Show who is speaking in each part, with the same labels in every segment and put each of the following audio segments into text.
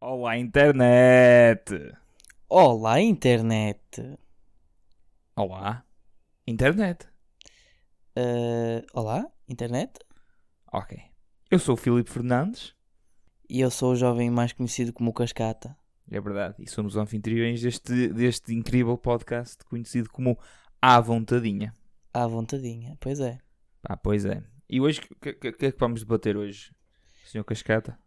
Speaker 1: Olá, internet!
Speaker 2: Olá, internet!
Speaker 1: Olá, internet!
Speaker 2: Ah, olá, internet!
Speaker 1: Ok. Eu sou o Filipe Fernandes,
Speaker 2: E eu sou o jovem mais conhecido como o Cascata.
Speaker 1: é verdade, e somos anfitriões deste, deste incrível podcast conhecido como À Vontadinha.
Speaker 2: À vontadinha, pois é.
Speaker 1: Ah, pois é. E hoje, o que, que- que é que vamos debater hoje, Sr. Cascata?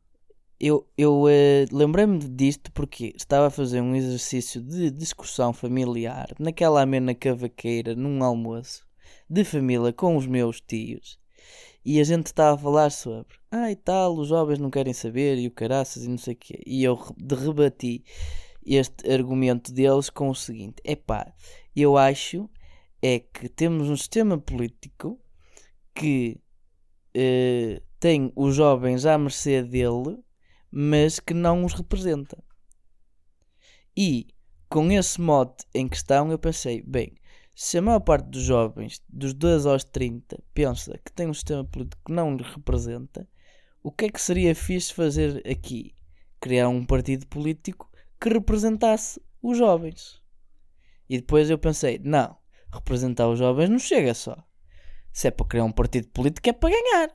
Speaker 2: Eu, eu eh, lembrei-me disto porque estava a fazer um exercício de discussão familiar naquela amena cavaqueira num almoço de família com os meus tios e a gente estava a falar sobre ai tal, os jovens não querem saber e o caraças e não sei o quê e eu re- de- rebati este argumento deles com o seguinte epá, eu acho é que temos um sistema político que eh, tem os jovens à mercê dele mas que não os representa. E com esse mote em questão eu pensei, bem, se a maior parte dos jovens, dos 12 aos 30, pensa que tem um sistema político que não lhe representa, o que é que seria fixe fazer aqui? Criar um partido político que representasse os jovens. E depois eu pensei, não, representar os jovens não chega só. Se é para criar um partido político é para ganhar,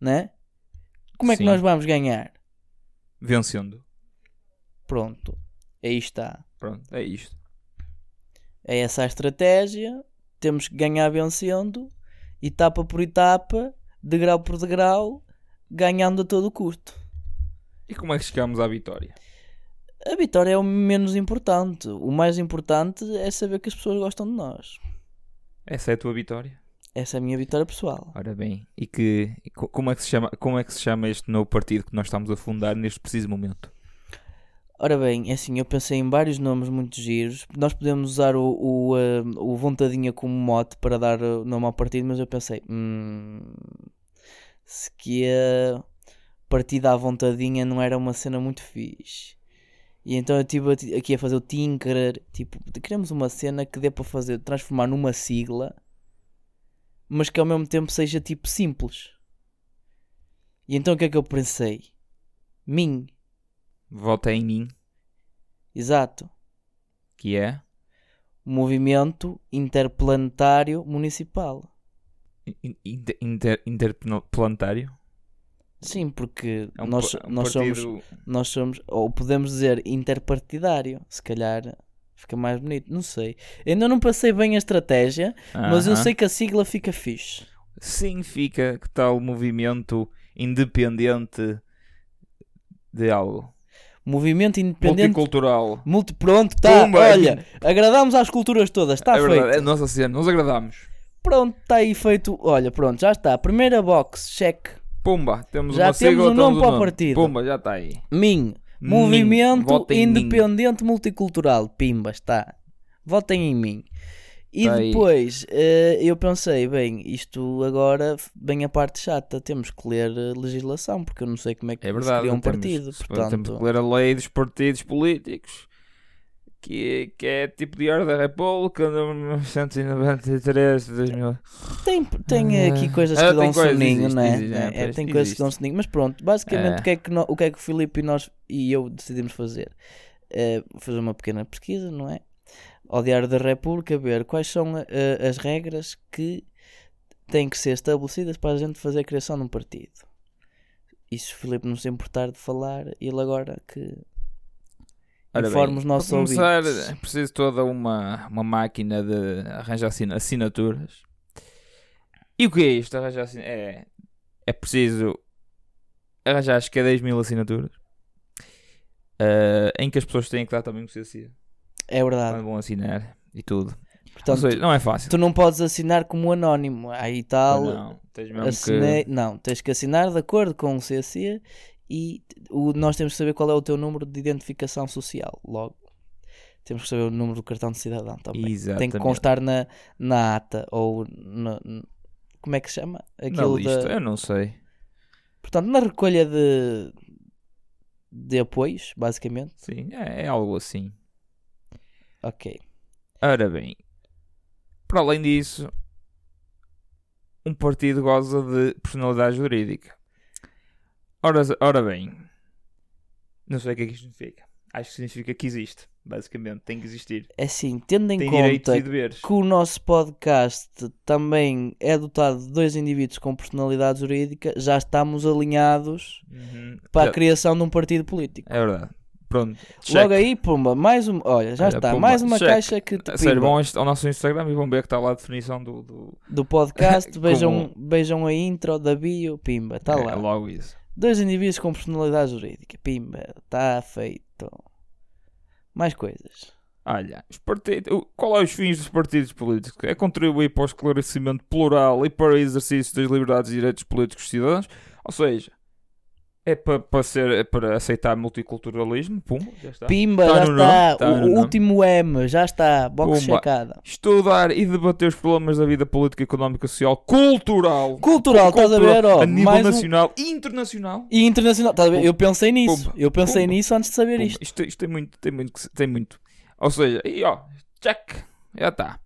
Speaker 2: né? Como é que
Speaker 1: Sim.
Speaker 2: nós vamos ganhar?
Speaker 1: Vencendo.
Speaker 2: Pronto, aí está.
Speaker 1: Pronto, é isto.
Speaker 2: É essa a estratégia. Temos que ganhar vencendo, etapa por etapa, degrau por degrau, ganhando a todo custo.
Speaker 1: E como é que chegamos à vitória?
Speaker 2: A vitória é o menos importante. O mais importante é saber que as pessoas gostam de nós.
Speaker 1: Essa é a tua vitória?
Speaker 2: Essa é a minha vitória pessoal.
Speaker 1: Ora bem, e, que, e co- como, é que se chama, como é que se chama este novo partido que nós estamos a fundar neste preciso momento?
Speaker 2: Ora bem, é assim, eu pensei em vários nomes muito giros. Nós podemos usar o, o, eh, o Vontadinha como mote para dar eh, nome ao partido, mas eu pensei, hum, se que a partida à Vontadinha não era uma cena muito fixe. E então eu estive a ti- aqui a fazer o Tinkerer, tipo, queremos uma cena que dê para fazer, transformar numa sigla, mas que ao mesmo tempo seja tipo simples. E então o que é que eu pensei? Mim,
Speaker 1: Vota em mim,
Speaker 2: exato.
Speaker 1: que é
Speaker 2: Movimento Interplanetário Municipal.
Speaker 1: in- inter- inter- interplanetário.
Speaker 2: Sim, porque
Speaker 1: É um
Speaker 2: nós,
Speaker 1: pa- um
Speaker 2: nós, somos,
Speaker 1: partido-
Speaker 2: nós somos, ou podemos dizer interpartidário, se calhar fica mais bonito, não sei. Ainda não passei bem a estratégia, mas eu
Speaker 1: Aham.
Speaker 2: sei que a sigla fica fixe.
Speaker 1: Significa ah. que tal movimento independente de algo.
Speaker 2: Movimento Independente
Speaker 1: Multicultural.
Speaker 2: multi Pronto, tá,
Speaker 1: Pumba!
Speaker 2: olha, agradámos às culturas todas,
Speaker 1: é
Speaker 2: está Tá feito.
Speaker 1: verdade, é a nossa cena, nós agradamos.
Speaker 2: Pronto, está aí feito. Olha, pronto, já está. Primeira box, cheque.
Speaker 1: Pumba, temos
Speaker 2: Já
Speaker 1: uma sigla,
Speaker 2: temos um nome
Speaker 1: temos
Speaker 2: para o partido.
Speaker 1: Pumba, já está aí.
Speaker 2: Mim,
Speaker 1: Mim.
Speaker 2: Movimento
Speaker 1: Votem em mim.
Speaker 2: Independente Multicultural. Pimba, está. Votem em mim. E
Speaker 1: Tá aí.
Speaker 2: depois eh, eu pensei, bem, isto agora vem a parte chata, temos que ler eh, legislação, porque eu não sei como é que
Speaker 1: É
Speaker 2: se
Speaker 1: verdade.
Speaker 2: cria um
Speaker 1: temos-
Speaker 2: partido.
Speaker 1: se- Temos
Speaker 2: portanto,
Speaker 1: de ler a lei dos partidos políticos, que, que é tipo de ordem da República, número 193 de 2000.
Speaker 2: tem, tem
Speaker 1: Ah.
Speaker 2: aqui coisas
Speaker 1: Ah,
Speaker 2: que
Speaker 1: tem
Speaker 2: dão
Speaker 1: coisas,
Speaker 2: soninho,
Speaker 1: existe,
Speaker 2: não é?
Speaker 1: existe, é,
Speaker 2: É,
Speaker 1: pois,
Speaker 2: Tem coisas que dão
Speaker 1: existe.
Speaker 2: soninho. Mas pronto,
Speaker 1: É.
Speaker 2: basicamente o, que é que no- o que é que o Filipe e, nós, e eu decidimos fazer? Eh, fazer uma pequena pesquisa, não é? Ao Diário da República, ver quais são eh, as regras que têm que ser estabelecidas para a gente fazer a criação de um partido. E se o Filipe não se importar de falar, ele agora que
Speaker 1: Ora bem,
Speaker 2: informa os nossos
Speaker 1: Para começar,
Speaker 2: ouvintes.
Speaker 1: é preciso toda uma, uma máquina de arranjar assina- assinaturas. E o que é isto? Arranjar assin- é, é preciso arranjar acho que é 10 mil assinaturas. ah, em que as pessoas têm que dar também o CC
Speaker 2: É verdade.
Speaker 1: quando vão assinar e tudo. Ou
Speaker 2: Portanto,
Speaker 1: seja, não é fácil.
Speaker 2: tu não podes assinar como anónimo. Aí tal.
Speaker 1: não, tens mesmo
Speaker 2: Assinei-
Speaker 1: que.
Speaker 2: Não, tens que assinar de acordo com o CC e o... nós temos que saber qual é o teu número de identificação social. Logo, temos que saber o número do cartão de cidadão também. Tem
Speaker 1: Exatamente.
Speaker 2: que constar na, na ata ou na- na- como é que se chama?
Speaker 1: na
Speaker 2: Aquilo
Speaker 1: lista,
Speaker 2: da...
Speaker 1: eu não sei.
Speaker 2: Portanto, na recolha de, de apoios, basicamente.
Speaker 1: Sim, é- é algo assim.
Speaker 2: Ok.
Speaker 1: Ora bem, para além disso, um partido goza de personalidade jurídica. Ora, ora bem, Não sei o que é que isto significa. Acho que significa que existe, basicamente. Tem que existir.
Speaker 2: Assim, tendo em
Speaker 1: Tem direitos
Speaker 2: conta
Speaker 1: e deveres.
Speaker 2: que o nosso podcast também é dotado de dois indivíduos com personalidade jurídica, já estamos alinhados
Speaker 1: Uhum.
Speaker 2: para
Speaker 1: Já-
Speaker 2: a criação de um partido político.
Speaker 1: É verdade. Pronto.
Speaker 2: Logo aí, pumba, mais um. Olha, já
Speaker 1: Olha,
Speaker 2: está,
Speaker 1: pumba,
Speaker 2: mais uma
Speaker 1: check.
Speaker 2: caixa que te
Speaker 1: A Sério,
Speaker 2: pimba
Speaker 1: vão ao inst- ao nosso Instagram e vão ver que está lá a definição do. do...
Speaker 2: do podcast.
Speaker 1: Como-
Speaker 2: Vejam, vejam a intro da bio, pimba, está
Speaker 1: é,
Speaker 2: Tá lá.
Speaker 1: logo isso.
Speaker 2: Dois indivíduos com personalidade jurídica, pimba, está feito. Mais coisas.
Speaker 1: Olha, os partidos, o- qual é os fins dos partidos políticos? É contribuir para o esclarecimento plural e para o exercício das liberdades e direitos políticos dos cidadãos. Ou seja, é para, para, ser, é para aceitar multiculturalismo. Pum, já está.
Speaker 2: Pimba,
Speaker 1: Tá
Speaker 2: já
Speaker 1: no
Speaker 2: está.
Speaker 1: nome, tá
Speaker 2: o
Speaker 1: no nome.
Speaker 2: último M, já está. Box
Speaker 1: Pumba.
Speaker 2: checada.
Speaker 1: Estudar e debater os problemas da vida política, económica, social, cultural.
Speaker 2: Cultural, estás a ver? Ó,
Speaker 1: a nível
Speaker 2: mais um-
Speaker 1: nacional e internacional.
Speaker 2: E internacional. estás a ver? Eu pensei nisso.
Speaker 1: Pumba.
Speaker 2: Eu pensei
Speaker 1: Pumba.
Speaker 2: nisso antes de saber
Speaker 1: Pumba,
Speaker 2: isto.
Speaker 1: Isto, isto tem muito, tem muito, que se- tem muito. Ou seja, e ó, check, já está.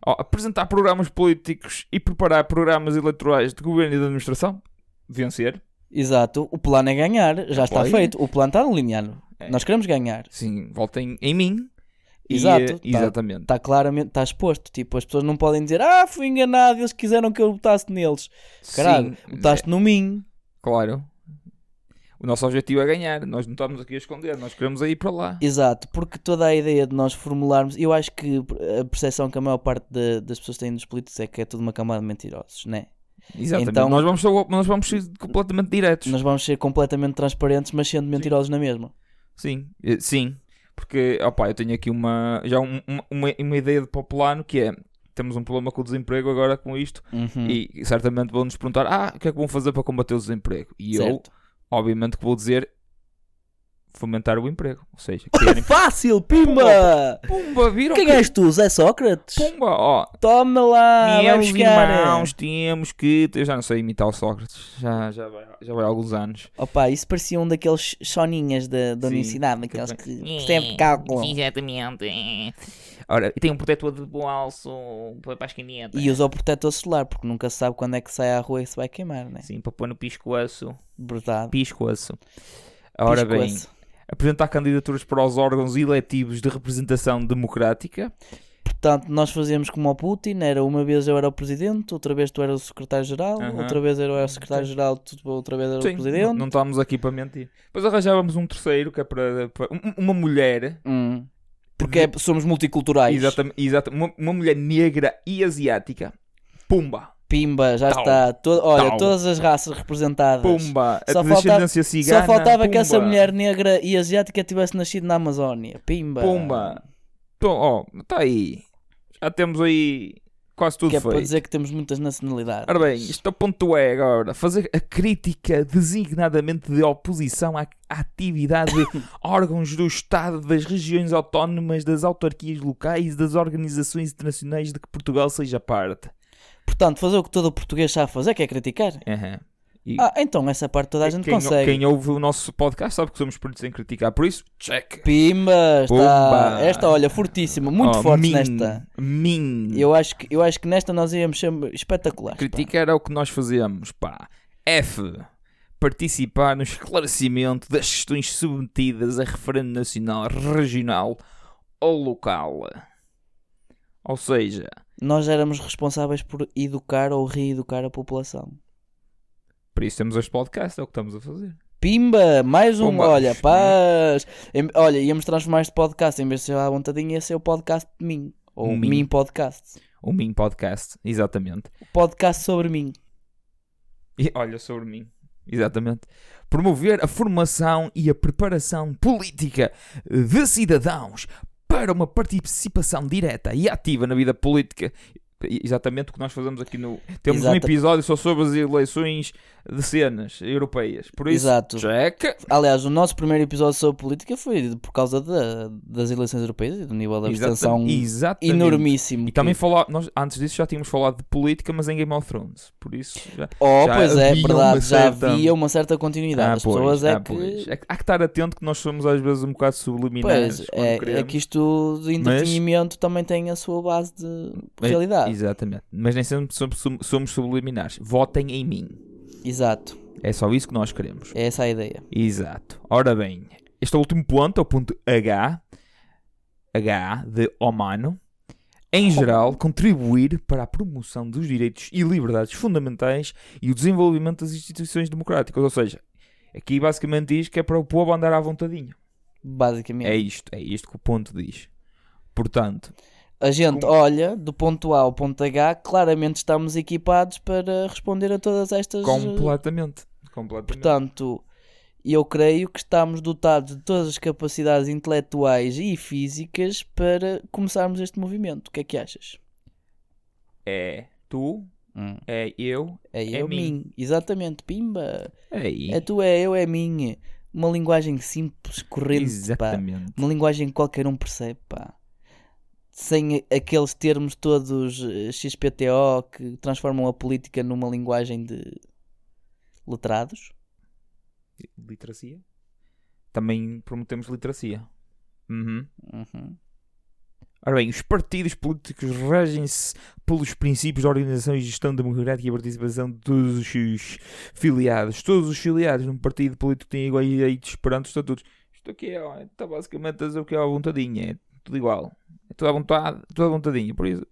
Speaker 1: apresentar programas políticos e preparar programas eleitorais de governo e de administração, vencer.
Speaker 2: Exato. O plano é ganhar. Já está
Speaker 1: Apoio.
Speaker 2: feito. O plano está alinhado.
Speaker 1: É.
Speaker 2: Nós queremos ganhar.
Speaker 1: Sim, voltem em mim. E,
Speaker 2: Exato,
Speaker 1: eh,
Speaker 2: tá.
Speaker 1: Exatamente.
Speaker 2: Está claramente, está exposto. Tipo, as pessoas não podem dizer, ah, fui enganado, eles quiseram que eu votasse neles. Caralho,
Speaker 1: Sim,
Speaker 2: votaste no mim.
Speaker 1: é, claro. O nosso objetivo é ganhar. Nós não estamos aqui a esconder. Nós queremos é ir para lá.
Speaker 2: Exato, porque toda a ideia de nós formularmos, eu acho que a percepção que a maior parte da- das pessoas têm dos políticos é que é tudo uma camada de mentirosos, né?
Speaker 1: Exatamente.
Speaker 2: Então-
Speaker 1: nós, vamos, só- nós vamos ser completamente diretos.
Speaker 2: Nós vamos ser completamente transparentes, mas sendo mentirosos na mesma.
Speaker 1: Sim, eh, sim. Porque, opá, eu tenho aqui uma, já um- uma, uma, uma ideia de populano que é: temos um problema com o desemprego agora com isto,
Speaker 2: Uhum.
Speaker 1: e certamente vão-nos perguntar: ah, o que é que vão fazer para combater o desemprego? E eu,
Speaker 2: Certo.
Speaker 1: obviamente, que vou dizer: fomentar o emprego. Ou seja, criar emprego.
Speaker 2: Fácil, pimba!
Speaker 1: Pumba, viram?
Speaker 2: Quem é
Speaker 1: que- Ah,
Speaker 2: és tu, Zé Sócrates?
Speaker 1: Pumba, ó.
Speaker 2: Toma lá, vai
Speaker 1: meus
Speaker 2: buscar.
Speaker 1: irmãos, temos que. Eu já não sei imitar o Sócrates, já, já, vai, já vai há alguns anos.
Speaker 2: Opa, isso parecia um daqueles soninhas da, da
Speaker 1: Sim,
Speaker 2: universidade, aqueles
Speaker 1: que-
Speaker 2: que percebe de cálculo.
Speaker 3: Exatamente.
Speaker 1: Ora,
Speaker 3: E tem um protetor de
Speaker 1: um
Speaker 3: bolso para para as canetas.
Speaker 2: E usa o protetor solar, porque nunca se sabe quando é que sai à rua e se vai queimar, né?
Speaker 1: sim, para pôr no piscoaço.
Speaker 2: Verdade.
Speaker 1: Piscoaço. Ora bem.
Speaker 2: Piscoço.
Speaker 1: apresentar candidaturas para os órgãos eletivos de representação democrática.
Speaker 2: Portanto, nós fazíamos como ao Putin, era uma vez eu era o presidente, outra vez tu eras o secretário-geral,
Speaker 1: Aham.
Speaker 2: outra vez eu era o secretário-geral, tu outra vez era o
Speaker 1: Sim,
Speaker 2: presidente.
Speaker 1: não, não estávamos aqui para mentir. Depois arranjávamos um terceiro que é para, para- um- uma mulher,
Speaker 2: Hum. Porque é- somos multiculturais.
Speaker 1: exatamente, exata, uma, uma mulher negra e asiática. Pumba,
Speaker 2: Pimba, já
Speaker 1: Tau.
Speaker 2: está. To- olha,
Speaker 1: Tau.
Speaker 2: todas as raças representadas.
Speaker 1: pumba,
Speaker 2: Só
Speaker 1: a
Speaker 2: falta-
Speaker 1: descendência cigana.
Speaker 2: Só faltava que
Speaker 1: pumba,
Speaker 2: essa mulher negra e asiática tivesse nascido na Amazónia. Pimba.
Speaker 1: Pumba. Então, ó, está aí. Já temos aí quase tudo
Speaker 2: Que é para
Speaker 1: feito.
Speaker 2: dizer que temos muitas nacionalidades.
Speaker 1: Ora bem, isto o ponto é agora fazer a crítica designadamente de oposição à à atividade de órgãos do Estado, das regiões autónomas, das autarquias locais e das organizações internacionais de que Portugal seja parte.
Speaker 2: Portanto, fazer o que todo o português sabe fazer, que é criticar.
Speaker 1: Aham. E
Speaker 2: Ah, então essa parte toda a gente
Speaker 1: É quem,
Speaker 2: consegue.
Speaker 1: quem ouve o nosso podcast sabe que somos peritos em criticar, por isso, check.
Speaker 2: Pimba, está.
Speaker 1: Pumba.
Speaker 2: Esta, olha, fortíssima, muito
Speaker 1: Oh,
Speaker 2: forte
Speaker 1: min,
Speaker 2: nesta.
Speaker 1: Min.
Speaker 2: Eu acho, que, eu acho que nesta nós íamos ser espetaculares. pá.
Speaker 1: Criticar é o que nós fazemos, pá. F. Participar no esclarecimento das questões submetidas a referendo nacional, regional ou local. Ou seja,
Speaker 2: Nós éramos responsáveis por educar ou reeducar a população.
Speaker 1: por isso temos este podcast, é o que estamos a fazer.
Speaker 2: Pimba, mais um,
Speaker 1: Pumba.
Speaker 2: olha, paz. Em- olha, íamos transformar este podcast em vez de ser à vontadinha, ia ser o podcast de mim. Ou
Speaker 1: Mim.
Speaker 2: mim, podcast.
Speaker 1: O Mim Podcast, exatamente.
Speaker 2: O podcast sobre mim.
Speaker 1: E olha sobre mim. Exatamente. Promover a formação e a preparação política de cidadãos para uma participação direta e ativa na vida política. E- Exatamente o que nós fazemos aqui no. Temos um
Speaker 2: Exato.
Speaker 1: episódio só sobre as eleições de cenas europeias. Por isso,
Speaker 2: Exato.
Speaker 1: check.
Speaker 2: Aliás, o nosso primeiro episódio sobre política foi por causa da- das eleições europeias e do nível da abstenção
Speaker 1: Exatamente. Exatamente.
Speaker 2: enormíssimo.
Speaker 1: E também
Speaker 2: que-
Speaker 1: falar, nós antes disso já tínhamos falado de política, mas em Game of Thrones. Por isso já.
Speaker 2: Oh,
Speaker 1: já
Speaker 2: pois é,
Speaker 1: havia uma
Speaker 2: verdade, já
Speaker 1: certa-
Speaker 2: havia uma certa continuidade. As pessoas é
Speaker 1: ah,
Speaker 2: que.
Speaker 1: pois. É que Há que estar atento que nós somos às vezes um bocado subliminares.
Speaker 2: Pois,
Speaker 1: quando
Speaker 2: é, é
Speaker 1: queremos.
Speaker 2: que isto de
Speaker 1: Mas-
Speaker 2: entretenimento também tem a sua base de
Speaker 1: Mas-
Speaker 2: realidade.
Speaker 1: É, Exatamente. Mas nem sempre som- som- somos subliminares. Votem em mim.
Speaker 2: Exato,
Speaker 1: É só isso que nós queremos.
Speaker 2: é essa a ideia.
Speaker 1: Exato. Ora bem, Este é o último ponto, é o ponto H, H de Omano, em geral, contribuir para a promoção dos direitos e liberdades fundamentais e o desenvolvimento das instituições democráticas. Ou seja, aqui basicamente diz que é para o povo andar à vontadinha.
Speaker 2: Basicamente.
Speaker 1: É isto, é isto que o ponto diz. Portanto,
Speaker 2: A gente
Speaker 1: Como-
Speaker 2: olha do ponto A ao ponto H, claramente estamos equipados para responder a todas estas. eh,
Speaker 1: completamente. completamente.
Speaker 2: Portanto, eu creio que estamos dotados de todas as capacidades intelectuais e físicas para começarmos este movimento. O que é que achas?
Speaker 1: É tu, é eu,
Speaker 2: É eu,
Speaker 1: mim.
Speaker 2: mim. Exatamente, pimba.
Speaker 1: é aí.
Speaker 2: É tu, é eu, é minha. Uma linguagem simples, corrente, pá.
Speaker 1: Exatamente.
Speaker 2: Uma linguagem que qualquer um percebe, pá. Sem a- aqueles termos todos eh, XPTO que transformam a política numa linguagem de letrados.
Speaker 1: Literacia. Também prometemos literacia. Uhum.
Speaker 2: Uhum.
Speaker 1: Ora bem, os partidos políticos regem-se pelos princípios de organização e gestão democrática e participação de todos os seus filiados. Todos os filiados num partido político têm iguais direitos perante os estatutos. Isto aqui é, ó, está basicamente a dizer o que é à vontadinha, é tudo igual. É tudo à vontade, tudo à vontadinha. Por isso,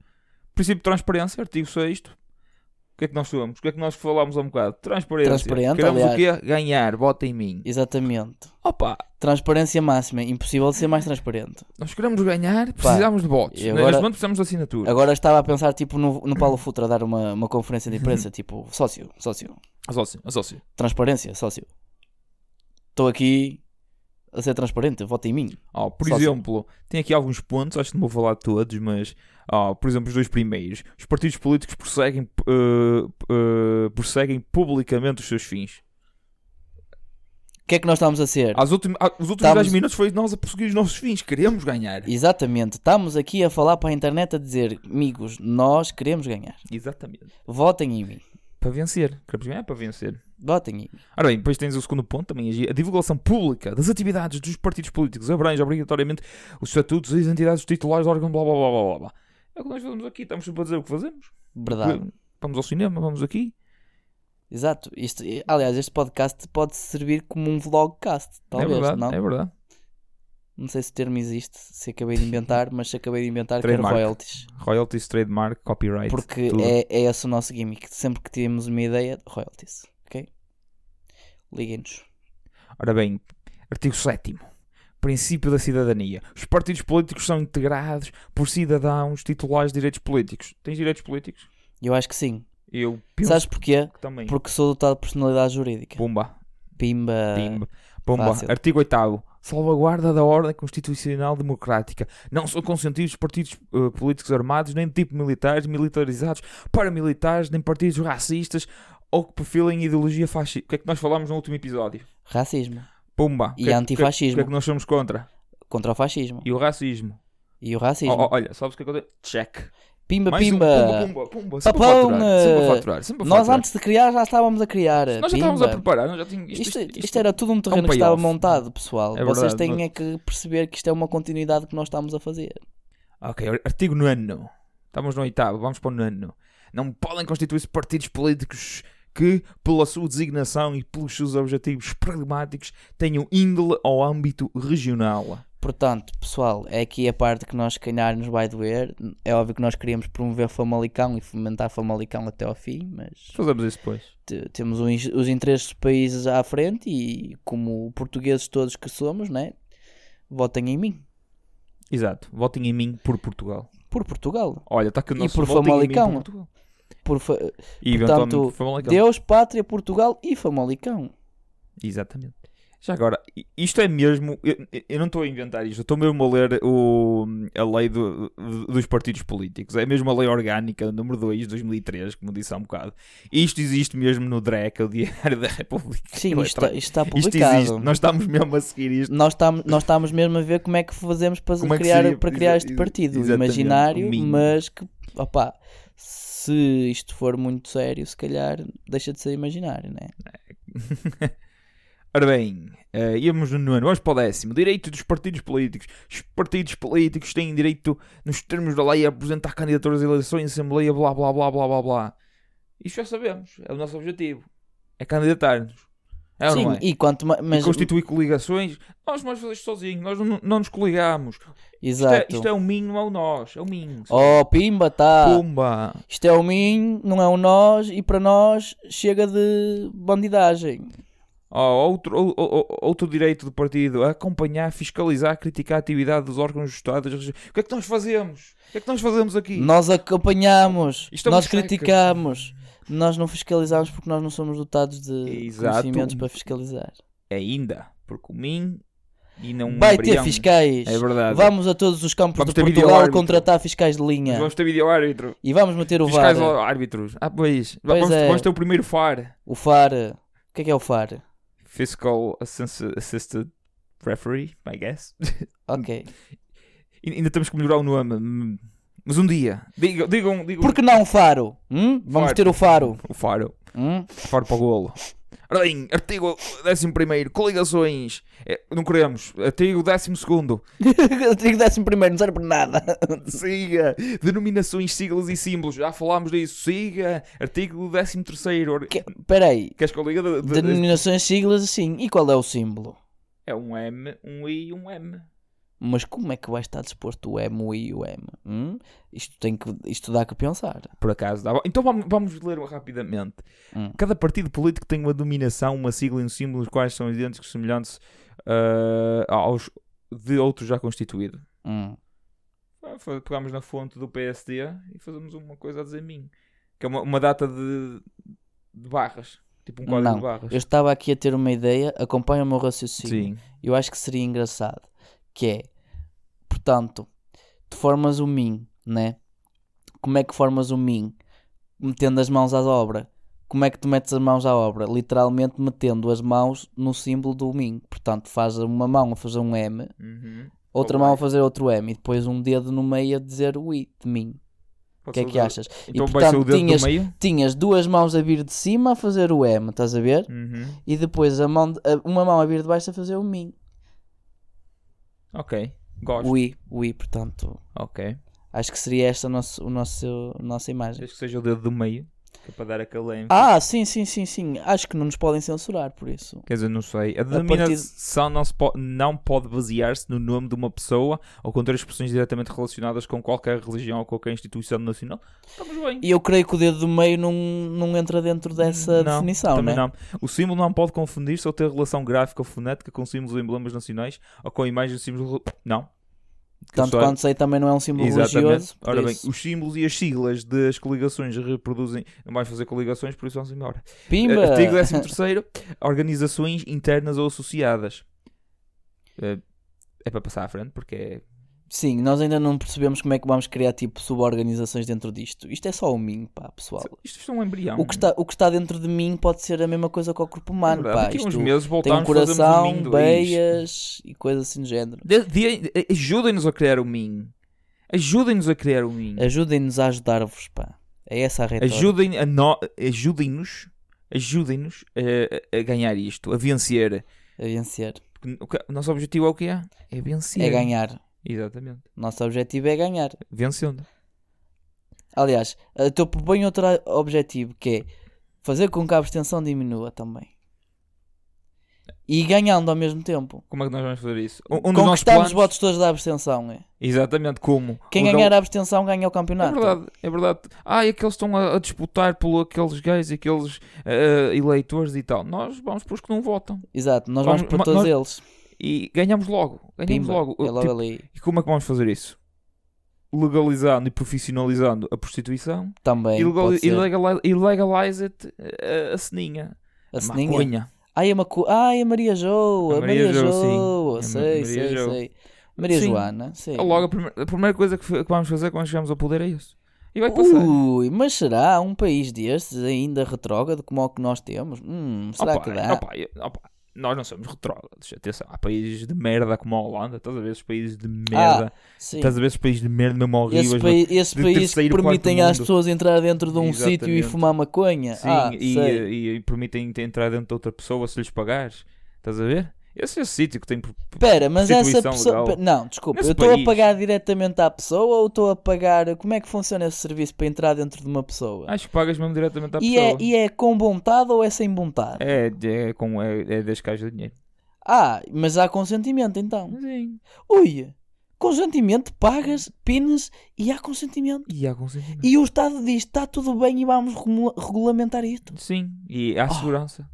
Speaker 1: princípio de transparência, artigo 6 o que é que nós somos? O que é que nós falámos há um bocado? Transparência.
Speaker 2: Transparente,
Speaker 1: Queremos o
Speaker 2: aliás.
Speaker 1: quê? Ganhar. Vota em mim.
Speaker 2: Exatamente.
Speaker 1: Opa,
Speaker 2: Transparência máxima. Impossível de ser mais transparente.
Speaker 1: nós queremos ganhar, precisamos de votos.
Speaker 2: e agora-
Speaker 1: Neste momento precisamos de assinatura.
Speaker 2: Agora estava a pensar tipo no, no Paulo Futra a dar uma, uma conferência de imprensa, tipo, sócio, sócio,
Speaker 1: Sócio, sócio.
Speaker 2: transparência, sócio. Estou aqui a ser transparente, vota em mim.
Speaker 1: Oh, por
Speaker 2: Sócio.
Speaker 1: exemplo, tem aqui alguns pontos, acho que não vou falar todos, mas oh, por exemplo, os dois primeiros. Os partidos políticos prosseguem, eh, eh, prosseguem publicamente os seus fins.
Speaker 2: O que é que nós estamos a ser?
Speaker 1: Às ultim- a- os últimos
Speaker 2: Estamos-
Speaker 1: 10 minutos foi nós a perseguir os nossos fins, queremos ganhar.
Speaker 2: Exatamente, estamos aqui a falar para a internet a dizer, amigos, nós queremos ganhar.
Speaker 1: Exatamente.
Speaker 2: Votem em mim.
Speaker 1: Para vencer, queremos ganhar para vencer.
Speaker 2: Votem em mim.
Speaker 1: Ora bem, depois tens o segundo ponto também, a divulgação pública das atividades dos partidos políticos abrange obrigatoriamente os estatutos e as entidades titulares do órgão blá blá blá blá blá, blá. É o que nós fazemos aqui, estamos sempre a dizer o que fazemos. Hum.
Speaker 2: Verdade.
Speaker 1: Vamos ao cinema, vamos aqui.
Speaker 2: Exato. Isto, aliás, este podcast pode servir como um vlogcast, talvez,
Speaker 1: é verdade,
Speaker 2: não?
Speaker 1: é verdade.
Speaker 2: Não sei se o termo existe, se acabei de inventar, mas se acabei de inventar, quero
Speaker 1: Trademark.
Speaker 2: royalties.
Speaker 1: Royalties, trademark, copyright.
Speaker 2: Porque
Speaker 1: tudo.
Speaker 2: é, é esse o nosso gimmick. Sempre que temos uma ideia, royalties. Ok? Liguem-nos.
Speaker 1: Ora bem, artigo 7 Princípio da cidadania. Os partidos políticos são integrados por cidadãos titulares de direitos políticos. Tens direitos políticos?
Speaker 2: Eu acho que sim.
Speaker 1: Eu penso
Speaker 2: Sabes porquê?
Speaker 1: que também.
Speaker 2: Porque sou dotado de personalidade jurídica.
Speaker 1: Pumba.
Speaker 2: Pimba.
Speaker 1: Timba. Pumba.
Speaker 2: Ah, fácil.
Speaker 1: Artigo 8 Salvaguarda da ordem constitucional democrática. Não são consentidos partidos eh, políticos armados, nem de tipo militares, militarizados, paramilitares, nem partidos racistas ou que perfilem ideologia fascista. O que é que nós falámos no último episódio?
Speaker 2: Racismo.
Speaker 1: Pumba. O que
Speaker 2: E
Speaker 1: é que-
Speaker 2: antifascismo.
Speaker 1: O que é que nós somos contra?
Speaker 2: Contra o fascismo.
Speaker 1: E o racismo.
Speaker 2: E o racismo.
Speaker 1: Oh, oh, olha, sabes o que é que eu tenho? Check.
Speaker 2: Pimba,
Speaker 1: Mais um,
Speaker 2: pimba.
Speaker 1: pumba, pumba, pumba. Sempre a
Speaker 2: Papão,
Speaker 1: faturar,
Speaker 2: eh,
Speaker 1: sempre a faturar, sempre a
Speaker 2: Nós
Speaker 1: faturar.
Speaker 2: antes de criar já estávamos a criar.
Speaker 1: Nós já
Speaker 2: Pimba.
Speaker 1: estávamos a preparar, nós já tínhamos...
Speaker 2: Isto, isto era tudo um terreno que
Speaker 1: payoff.
Speaker 2: estava montado, pessoal.
Speaker 1: É
Speaker 2: Vocês
Speaker 1: verdade,
Speaker 2: têm
Speaker 1: não-
Speaker 2: é que perceber que isto é uma continuidade que nós estamos a fazer.
Speaker 1: Ok, artigo 9. Estamos no oitavo, vamos para o nono. Não podem constituir-se partidos políticos que, pela sua designação e pelos seus objetivos pragmáticos, tenham índole ao âmbito regional.
Speaker 2: Portanto, pessoal, é aqui a parte que nós, se calhar, nos vai doer. É óbvio que nós queríamos promover Famalicão e fomentar Famalicão até ao fim, mas
Speaker 1: Fazemos isso depois.
Speaker 2: te- temos os, os interesses dos países à frente e, como portugueses todos que somos, né? Votem em mim,
Speaker 1: Exato, votem em mim por Portugal.
Speaker 2: por Portugal,
Speaker 1: Olha, está aqui o
Speaker 2: E
Speaker 1: nosso
Speaker 2: por
Speaker 1: votem em mim
Speaker 2: Famalicão.
Speaker 1: por Portugal.
Speaker 2: por fa-
Speaker 1: E eventualmente por Famalicão.
Speaker 2: Deus, Pátria, Portugal e Famalicão.
Speaker 1: Exatamente. Já agora, i- isto é mesmo. Eu, eu não estou a inventar isto, eu estou mesmo a ler o, a lei do- do- dos partidos políticos. É mesmo a lei orgânica, número 2 de 2003, como disse há um bocado. Isto existe mesmo no DREC, o Diário da República.
Speaker 2: Sim, isto, está-
Speaker 1: Eletrónico.
Speaker 2: isto está
Speaker 1: Isto
Speaker 2: publicado.
Speaker 1: existe, nós estamos mesmo a seguir isto.
Speaker 2: Nós estamos, nós estamos mesmo a ver como é que fazemos para
Speaker 1: Como é que
Speaker 2: criar,
Speaker 1: seria-
Speaker 2: para criar
Speaker 1: exa-
Speaker 2: este
Speaker 1: exa-
Speaker 2: partido
Speaker 1: exatamente, o
Speaker 2: imaginário,
Speaker 1: mínimo.
Speaker 2: mas que, opá, se isto for muito sério, se calhar deixa de ser imaginário, né?
Speaker 1: Ora bem, eh, íamos no nono, vamos para o décimo. Direito dos partidos políticos. Os partidos políticos têm direito, nos termos da lei, a apresentar candidaturas a eleições, assembleia, blá blá blá blá blá blá. Isto já sabemos, é o nosso objetivo. É candidatar-nos. É ou
Speaker 2: Sim,
Speaker 1: não é?
Speaker 2: e quanto mais.
Speaker 1: E constitui coligações. Nós vamos fazer isto sozinhos, nós não, não nos coligamos. Isto é,
Speaker 2: Exato.
Speaker 1: isto é o Minho, não é o nós. É o Minho.
Speaker 2: Oh, pimba, tá.
Speaker 1: Pumba!
Speaker 2: Isto é o mim, não é o nós, e para nós chega de bandidagem.
Speaker 1: Oh, outro, ou- ou- ou- outro direito do partido: acompanhar, fiscalizar, criticar a atividade dos órgãos do Estado. das regi- O que é que nós fazemos? O que é que nós fazemos aqui?
Speaker 2: Nós acompanhamos,
Speaker 1: Isto é uma
Speaker 2: nós
Speaker 1: seca.
Speaker 2: criticamos, nós não fiscalizamos porque nós não somos dotados de
Speaker 1: Exato.
Speaker 2: conhecimentos para fiscalizar.
Speaker 1: É Ainda, porque o Minho e não
Speaker 2: Vai ter
Speaker 1: É um embrião.
Speaker 2: fiscais.
Speaker 1: É verdade.
Speaker 2: Vamos a todos os campos
Speaker 1: Vamos
Speaker 2: de
Speaker 1: ter
Speaker 2: Portugal
Speaker 1: videoárbitro.
Speaker 2: contratar fiscais de linha.
Speaker 1: Vamos ter vídeo árbitro.
Speaker 2: E vamos meter o
Speaker 1: Fiscais
Speaker 2: VAR.
Speaker 1: ao- árbitros. Ah, pois.
Speaker 2: Pois
Speaker 1: vamos,
Speaker 2: é.
Speaker 1: vamos ter o primeiro FAR.
Speaker 2: O FAR. O que é que é o FAR?
Speaker 1: Fiscal Assist- Assisted Referee, I guess.
Speaker 2: Ok.
Speaker 1: E- Ainda temos que melhorar o nome. Mas um dia. Digam, digam, digam
Speaker 2: Por que não o faro? Hum? Vamos
Speaker 1: Hum. Faro.
Speaker 2: ter o faro.
Speaker 1: o faro.
Speaker 2: Hum?
Speaker 1: Faro para o golo. Ora bem, artigo 11 coligações. É, não queremos. Artigo 12
Speaker 2: Eu digo décimo primeiro, não serve para nada.
Speaker 1: Siga. Denominações, siglas e símbolos. Já falámos disso. Siga. Artigo 13 Or...
Speaker 2: Que- Peraí.
Speaker 1: Queres que eu liga? De- de-
Speaker 2: Denominações, siglas, assim. E qual é o símbolo?
Speaker 1: É um M, um I e um M.
Speaker 2: Mas como é que vai estar disposto o M, o I e o M? Hum? Isto, tem que, isto dá que pensar.
Speaker 1: Por acaso dá. Então vamos, vamos ler rapidamente.
Speaker 2: Hum.
Speaker 1: Cada partido político tem uma dominação, uma sigla e um símbolo, os quais são idênticos, semelhantes ah, aos de outro já constituído.
Speaker 2: Hum.
Speaker 1: Ah, foi- Pegámos na fonte do PSD e fazemos uma coisa a dizer mim. Que é uma, uma data de, de barras. Tipo um código
Speaker 2: Não,
Speaker 1: de barras.
Speaker 2: Eu estava aqui a ter uma ideia, acompanha o meu
Speaker 1: Sim.
Speaker 2: raciocínio. Eu acho que seria engraçado. Que é, portanto, tu formas o mim, né? Como é que formas o mim? Metendo as mãos à obra. Como é que tu metes as mãos à obra? Literalmente metendo as mãos no símbolo do mim. Portanto, faz uma mão a fazer um M,
Speaker 1: Uhum.
Speaker 2: outra
Speaker 1: Ok.
Speaker 2: mão a fazer outro M e depois um dedo no meio a dizer o I de mim. O
Speaker 1: Pode
Speaker 2: que é
Speaker 1: ser
Speaker 2: que
Speaker 1: dedo-
Speaker 2: achas?
Speaker 1: Então
Speaker 2: e
Speaker 1: vai ser o
Speaker 2: portanto
Speaker 1: dedo
Speaker 2: tinhas,
Speaker 1: do meio?
Speaker 2: tinhas duas mãos a vir de cima a fazer o M, estás a ver?
Speaker 1: Uhum.
Speaker 2: E depois a mão de- a- uma mão a vir de baixo a fazer o mim.
Speaker 1: Ok. Gosto.
Speaker 2: O I, o I, portanto.
Speaker 1: Ok.
Speaker 2: Acho que seria esta o nosso, o nosso, a nossa imagem.
Speaker 1: Desde que seja o dedo do meio. Que é para dar aquele ênfase.
Speaker 2: Ah, sim, sim, sim, sim. Acho que não nos podem censurar por isso.
Speaker 1: Quer dizer, não sei. A denominação não, se po- não pode basear-se no nome de uma pessoa ou conter expressões diretamente relacionadas com qualquer religião ou qualquer instituição nacional. Estamos bem.
Speaker 2: E eu creio que o dedo do meio não, não entra dentro dessa
Speaker 1: Não,
Speaker 2: definição,
Speaker 1: também
Speaker 2: né?
Speaker 1: não. O símbolo não pode confundir-se ou ter relação gráfica ou fonética com símbolos ou emblemas nacionais ou com imagens de símbolos. Não.
Speaker 2: Tanto
Speaker 1: Só-
Speaker 2: quanto sei, também não é um símbolo
Speaker 1: Exatamente.
Speaker 2: religioso. por
Speaker 1: Ora bem,
Speaker 2: isso.
Speaker 1: os símbolos e as siglas das coligações reproduzem. Não vais fazer coligações, por isso vamos embora. Eh,
Speaker 2: Pimba!
Speaker 1: Artigo 13 Organizações internas ou associadas. Eh, É para passar à frente porque é
Speaker 2: Sim, nós ainda não percebemos como é que vamos criar tipo suborganizações dentro disto. Isto é só o mim, pá, pessoal.
Speaker 1: Isto é um embrião.
Speaker 2: O que, está, o que está dentro de mim pode ser a mesma coisa que o
Speaker 1: É
Speaker 2: corpo humano,
Speaker 1: verdade.
Speaker 2: pá.
Speaker 1: Daqui a uns
Speaker 2: Isto
Speaker 1: meses
Speaker 2: tem um
Speaker 1: voltamos fazemos um
Speaker 2: coração,
Speaker 1: mim
Speaker 2: beias e coisas assim do género.
Speaker 1: Ajudem-nos a criar o mim. Ajudem-nos a criar o mim.
Speaker 2: Ajudem-nos a ajudar-vos, pá. É essa a retórica.
Speaker 1: Ajudem a no... Ajudem-nos. Ajudem-nos a, a- a ganhar isto, a vencer.
Speaker 2: A vencer.
Speaker 1: Porque o que- o nosso objetivo é o que é? É vencer.
Speaker 2: É ganhar.
Speaker 1: Exatamente.
Speaker 2: Nosso objetivo é ganhar.
Speaker 1: Vencendo.
Speaker 2: Aliás, eh, eu proponho outro a- objetivo que é fazer com que a abstenção diminua também. E ganhando ao mesmo tempo.
Speaker 1: Como é que nós vamos fazer isso? Um, um dos nossos
Speaker 2: Conquistamos
Speaker 1: planos...
Speaker 2: os votos todos da abstenção. É.
Speaker 1: Exatamente, como?
Speaker 2: Quem
Speaker 1: O da-
Speaker 2: ganhar a abstenção ganha o
Speaker 1: É
Speaker 2: campeonato.
Speaker 1: verdade, é verdade. Ah, e aqueles estão a, a disputar pelo aqueles gays, aqueles eh, eleitores e tal. Nós vamos para os que não votam.
Speaker 2: Exato, nós vamos,
Speaker 1: Vamos-
Speaker 2: para
Speaker 1: ma-
Speaker 2: todos
Speaker 1: nós-
Speaker 2: eles.
Speaker 1: E ganhamos logo. Ganhamos
Speaker 2: Pimba,
Speaker 1: logo.
Speaker 2: É logo
Speaker 1: Tipo,
Speaker 2: ali.
Speaker 1: e como é que vamos fazer isso? Legalizando e profissionalizando a prostituição
Speaker 2: Também.
Speaker 1: e, legal,
Speaker 2: pode
Speaker 1: e
Speaker 2: ser.
Speaker 1: legalize, e legalize it, eh, a ceninha.
Speaker 2: A Seninha.
Speaker 1: maconha.
Speaker 2: Ai, a Macu... Ai, a Maria Joa,
Speaker 1: A
Speaker 2: a
Speaker 1: Maria
Speaker 2: Maria,
Speaker 1: Jo,
Speaker 2: Joa,
Speaker 1: sim. A Ma-
Speaker 2: sei,
Speaker 1: Maria
Speaker 2: sei,
Speaker 1: Jo.
Speaker 2: sei. Maria
Speaker 1: Sim. É
Speaker 2: Joana, sei.
Speaker 1: Logo, a primeira, a primeira coisa que, f- que vamos fazer quando chegarmos ao poder é isso. E vai passar.
Speaker 2: Ui, mas será um país destes ainda retrógrado como o que nós temos? Hum, será
Speaker 1: Opa,
Speaker 2: que dá?
Speaker 1: opa, eu- opa, nós não somos retrógrados. Atenção, há países de merda como a Holanda, estás a ver esses países de merda.
Speaker 2: Ah, Sim.
Speaker 1: Estás a ver esses países de merda mesmo
Speaker 2: Esse,
Speaker 1: horríveis.
Speaker 2: país, esse
Speaker 1: de
Speaker 2: país que
Speaker 1: terceiro, quarto
Speaker 2: permitem às
Speaker 1: mundo.
Speaker 2: pessoas entrar dentro de um
Speaker 1: Exatamente.
Speaker 2: sítio e fumar maconha.
Speaker 1: Sim,
Speaker 2: ah,
Speaker 1: e, eh,
Speaker 2: sei.
Speaker 1: e- e permitem-te entrar dentro de outra pessoa se lhes pagares. Estás a ver? Esse é o sítio que tem. por- por-
Speaker 2: Espera, mas essa
Speaker 1: Prostituição
Speaker 2: pessoa.
Speaker 1: legal.
Speaker 2: pe- Não, desculpa,
Speaker 1: Nesse
Speaker 2: eu estou a
Speaker 1: país.
Speaker 2: pagar diretamente à pessoa ou estou a pagar. Como é que funciona esse serviço para entrar dentro de uma pessoa?
Speaker 1: Acho que pagas mesmo diretamente à
Speaker 2: e,
Speaker 1: Ah, pessoa.
Speaker 2: é, e é com vontade ou é sem vontade?
Speaker 1: É, é, com, é, é das caixas de dinheiro.
Speaker 2: Ah, mas há consentimento então.
Speaker 1: Sim.
Speaker 2: Ui, consentimento, pagas, pinas e há consentimento.
Speaker 1: E há consentimento.
Speaker 2: E o Estado diz: está tudo bem e vamos regula- regulamentar isto.
Speaker 1: Sim, e há
Speaker 2: Oh.
Speaker 1: segurança.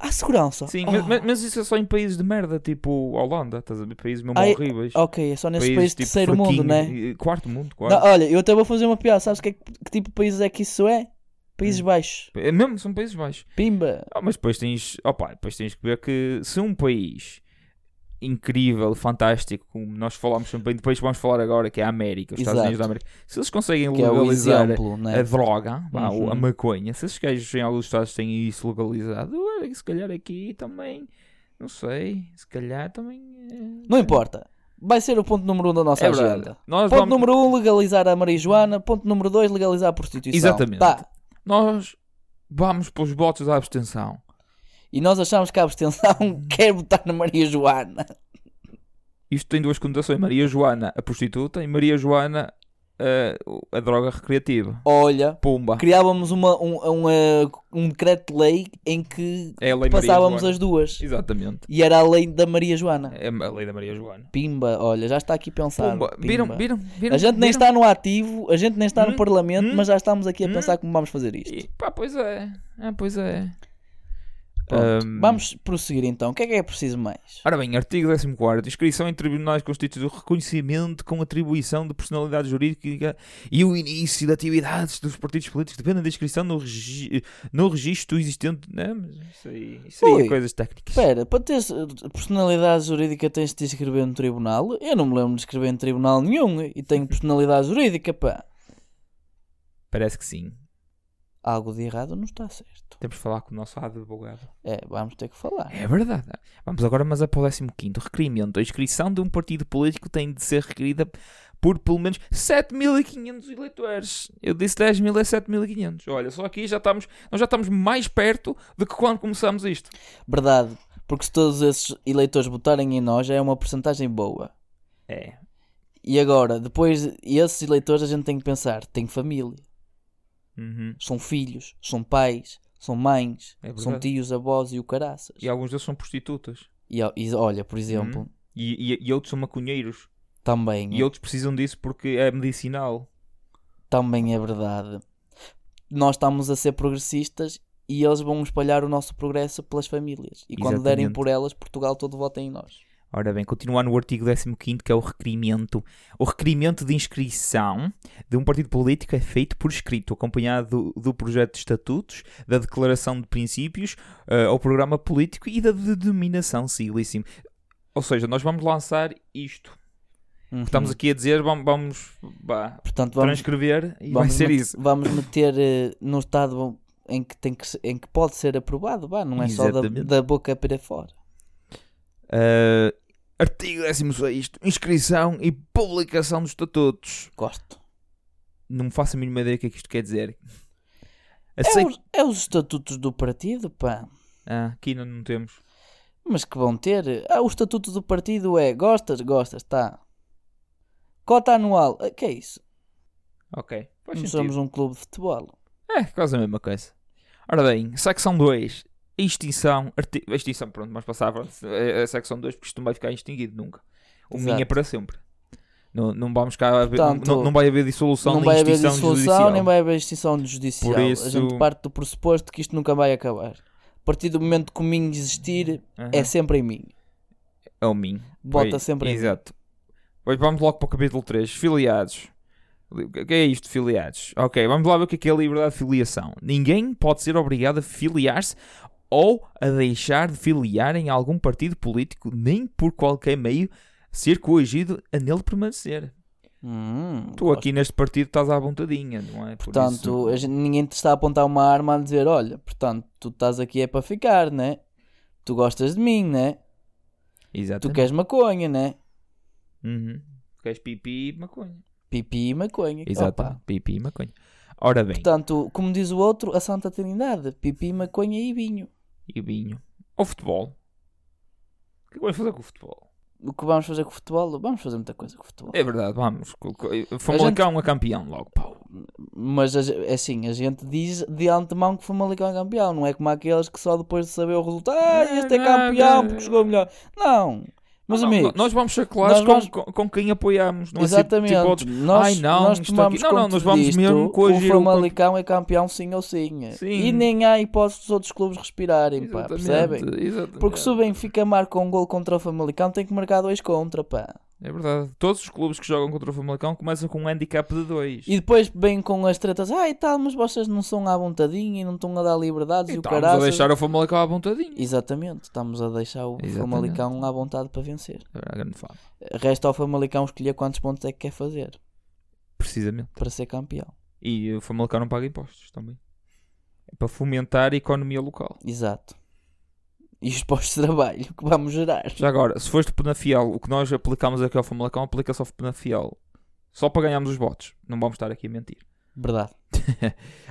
Speaker 2: Há segurança.
Speaker 1: Sim,
Speaker 2: Oh.
Speaker 1: mas- mas, mas isso é só em países de merda, tipo Holanda, estás a ver? Países mesmo
Speaker 2: Ah, é-
Speaker 1: horríveis.
Speaker 2: Ok, é só nesse país
Speaker 1: tipo,
Speaker 2: de terceiro mundo,
Speaker 1: fraquinhos,
Speaker 2: né?
Speaker 1: e- Quarto mundo,
Speaker 2: Não, ah.
Speaker 1: quarto.
Speaker 2: olha, eu até vou fazer uma piada. Sabes que, é que, que tipo de países é que isso é? Países Baixos.
Speaker 1: É mesmo, são países baixos.
Speaker 2: Pimba.
Speaker 1: Ah, mas depois tens, opa, depois tens que ver que se um país incrível, fantástico, como nós falámos sempre, e depois vamos falar agora que é a América, os Estados
Speaker 2: Exato.
Speaker 1: Unidos da América, se eles conseguem
Speaker 2: Que é o
Speaker 1: legalizar
Speaker 2: exemplo, né?
Speaker 1: a droga, vá, o- a
Speaker 2: Uhum.
Speaker 1: maconha, se esses gajos em alguns estados têm isso legalizado, olha que se calhar aqui também, não sei, se calhar também. eh,
Speaker 2: Não importa. Vai ser o ponto número um da nossa
Speaker 1: É
Speaker 2: agenda.
Speaker 1: verdade. Nós
Speaker 2: Ponto
Speaker 1: vamos-
Speaker 2: número um, legalizar a marijuana. Ponto número dois, legalizar a prostituição.
Speaker 1: Exatamente.
Speaker 2: Tá.
Speaker 1: nós vamos pelos votos da abstenção.
Speaker 2: E nós achamos que a abstenção quer botar na marijuana.
Speaker 1: Isto tem duas conotações: Maria Joana, a prostituta, e Maria Joana, eh, o- a, droga recreativa.
Speaker 2: Olha,
Speaker 1: Pumba.
Speaker 2: criávamos uma, um, um, eh, um decreto de lei em que
Speaker 1: É a lei Maria
Speaker 2: passávamos
Speaker 1: Joana.
Speaker 2: as duas.
Speaker 1: Exatamente.
Speaker 2: E era a lei da Maria Joana.
Speaker 1: É a lei da Maria Joana.
Speaker 2: Pimba, olha, já está aqui pensado.
Speaker 1: Pumba.
Speaker 2: Pimba.
Speaker 1: Viram, viram, viram?
Speaker 2: A gente
Speaker 1: viram?
Speaker 2: nem está no ativo, a gente nem está no
Speaker 1: Hum,
Speaker 2: Parlamento,
Speaker 1: hum,
Speaker 2: mas já estamos aqui a
Speaker 1: hum.
Speaker 2: pensar como vamos fazer isto.
Speaker 1: E, pá, pois é. Ah, pois é.
Speaker 2: Pronto,
Speaker 1: Ahm,
Speaker 2: Vamos prosseguir então. O que é que é preciso mais?
Speaker 1: Ora bem, artigo 14 Inscrição em tribunais constitui o reconhecimento com atribuição de personalidade jurídica e o início de atividades dos partidos políticos dependem da inscrição no, regi no registro existente. Não, mas isso aí, isso aí
Speaker 2: Ui.
Speaker 1: é coisas técnicas.
Speaker 2: Espera, para ter personalidade jurídica tens de te inscrever no tribunal? Eu não me lembro de escrever em tribunal nenhum e tenho personalidade jurídica, pá.
Speaker 1: Parece que sim.
Speaker 2: Algo de errado não está certo.
Speaker 1: Temos de falar com o nosso advogado.
Speaker 2: É, vamos ter que falar.
Speaker 1: É verdade. Vamos agora, mas é para o 15 requerimento. A inscrição de um partido político tem de ser requerida por pelo menos 7.500 eleitores. Eu disse 10.000 é 7.500. Olha, só aqui já estamos, nós já estamos mais perto do que quando começamos isto.
Speaker 2: Verdade, porque se todos esses eleitores votarem em nós já é uma porcentagem boa.
Speaker 1: É.
Speaker 2: E agora, depois, esses eleitores a gente tem que pensar, tem família.
Speaker 1: Uhum.
Speaker 2: são filhos, são pais, são mães,
Speaker 1: É verdade.
Speaker 2: são tios, avós e o caraças.
Speaker 1: E alguns deles são prostitutas.
Speaker 2: E, ó- e olha, por exemplo,
Speaker 1: E, e- e outros são maconheiros.
Speaker 2: também,
Speaker 1: E outros precisam disso porque é medicinal.
Speaker 2: também é verdade. Nós estamos a ser progressistas e eles vão espalhar o nosso progresso pelas famílias. E quando derem
Speaker 1: Exatamente.
Speaker 2: por elas, Portugal todo vota em nós.
Speaker 1: Ora bem, continuar no artigo 15 que é o requerimento. O requerimento de inscrição de um partido político é feito por escrito, acompanhado do, do projeto de estatutos, da declaração de princípios, eh, ao programa político e da denominação sigilíssimo. Ou seja, nós vamos lançar isto.
Speaker 2: Uhum.
Speaker 1: Estamos aqui a dizer, vamos, vamos vá,
Speaker 2: Portanto, vamos,
Speaker 1: transcrever e vai
Speaker 2: vamos
Speaker 1: ser
Speaker 2: met-
Speaker 1: isso.
Speaker 2: vamos meter eh, no estado em que, tem que, se- em que pode ser aprovado, vá, não é só da,
Speaker 1: Exatamente.
Speaker 2: da boca para fora.
Speaker 1: Eh, artigo 16. Inscrição e publicação dos estatutos.
Speaker 2: Gosto.
Speaker 1: Não me faço a mínima ideia do que é que isto quer dizer. Assim,
Speaker 2: É
Speaker 1: Aceito.
Speaker 2: os, é os estatutos do partido, pá.
Speaker 1: Ah, aqui não, não temos.
Speaker 2: Mas que vão ter. Ah, o estatuto do partido é gostas, gostas, tá. Cota anual. Ah, que é isso?
Speaker 1: Ok. Faz
Speaker 2: Não
Speaker 1: sentido.
Speaker 2: somos um clube de futebol.
Speaker 1: É, quase a mesma coisa. Ora bem, secção 2. Extinção. Arti... Extinção, pronto, mas passava a, a secção 2 porque isto não vai ficar extinguido nunca. O
Speaker 2: Exato.
Speaker 1: minha é para sempre. Não, não vamos cá haver,
Speaker 2: Portanto,
Speaker 1: não, não vai haver dissolução
Speaker 2: não
Speaker 1: nem
Speaker 2: vai haver
Speaker 1: extinção
Speaker 2: dissolução,
Speaker 1: judicial.
Speaker 2: nem vai haver extinção de judicial.
Speaker 1: Por isso-
Speaker 2: A gente parte do pressuposto que isto nunca vai acabar. A partir do momento que o Minho existir,
Speaker 1: Aham.
Speaker 2: é sempre em mim.
Speaker 1: É o mim.
Speaker 2: Bota
Speaker 1: Vai-
Speaker 2: sempre em mim.
Speaker 1: Exato. Pois vamos logo para o capítulo 3. Filiados. O que é isto, de filiados? Ok, vamos lá ver o que é, que é a liberdade de filiação. Ninguém pode ser obrigado a filiar-se ou a deixar de filiar em algum partido político, nem por qualquer meio ser coagido a nele permanecer.
Speaker 2: Hum,
Speaker 1: Tu aqui neste partido estás à vontadinha, não é? Por
Speaker 2: Portanto, a
Speaker 1: isso-
Speaker 2: gente- ninguém te está a apontar uma arma a dizer: olha, portanto, tu estás aqui é para ficar, né? Tu gostas de mim, né? Tu
Speaker 1: Exatamente.
Speaker 2: queres maconha, né?
Speaker 1: Uhum. Queres pipi e maconha.
Speaker 2: Pipi e maconha.
Speaker 1: Exato.
Speaker 2: Opa.
Speaker 1: Pipi e maconha. Ora bem.
Speaker 2: Portanto, como diz o outro, a Santa Trindade, pipi, maconha e vinho.
Speaker 1: e vinho. Ou futebol. que é que vais fazer com o futebol?
Speaker 2: O que vamos fazer com o futebol? Vamos fazer muita coisa com o futebol.
Speaker 1: É verdade, vamos. Co- co-
Speaker 2: gente-
Speaker 1: Famalicão é campeão logo, pau.
Speaker 2: Mas a ge- é assim, a gente diz de antemão que o Famalicão é campeão, não é como aqueles que só depois de saber o resultado, ah, este é
Speaker 1: Não,
Speaker 2: campeão
Speaker 1: não,
Speaker 2: porque jogou melhor. Não, meus
Speaker 1: Não, não,
Speaker 2: amigos,
Speaker 1: Nós vamos ser claros
Speaker 2: nós
Speaker 1: com,
Speaker 2: vamos-
Speaker 1: com- com quem apoiamos. Não
Speaker 2: exatamente,
Speaker 1: É tipo, tipo, outros,
Speaker 2: nós,
Speaker 1: Ai, não,
Speaker 2: nós
Speaker 1: isto
Speaker 2: tomamos
Speaker 1: aqui- não, não,
Speaker 2: conta
Speaker 1: nós vamos
Speaker 2: disto,
Speaker 1: mesmo com a
Speaker 2: o
Speaker 1: giro-
Speaker 2: Famalicão é campeão sim ou sim.
Speaker 1: Sim.
Speaker 2: E nem há hipótese dos outros clubes respirarem, pá,
Speaker 1: Exatamente,
Speaker 2: percebem?
Speaker 1: exatamente.
Speaker 2: Porque se o Benfica marca um gol contra o Famalicão, tem que marcar dois contra, pá.
Speaker 1: É verdade. Todos os clubes que jogam contra o Famalicão começam com um handicap de 2.
Speaker 2: E depois vêm com as tretas, ah e tal, mas vocês não são à vontadinha e não estão a dar liberdades e, o
Speaker 1: Então vamos a
Speaker 2: caralho.
Speaker 1: deixar o Famalicão à vontadinha.
Speaker 2: Exatamente, estamos a deixar o
Speaker 1: Exatamente.
Speaker 2: Famalicão à vontade para vencer.
Speaker 1: É verdade, grande fama.
Speaker 2: Resta ao Famalicão escolher quantos pontos é que quer fazer
Speaker 1: Precisamente.
Speaker 2: para ser campeão.
Speaker 1: E o Famalicão não paga impostos também. É para fomentar a economia local.
Speaker 2: Exato. E os postos de trabalho que vamos gerar.
Speaker 1: Já agora, se foste Penafiel, o que nós aplicamos aqui ao Famalicão aplica-se ao Penafiel. Só para ganharmos os votos. Não vamos estar aqui a mentir.
Speaker 2: Verdade.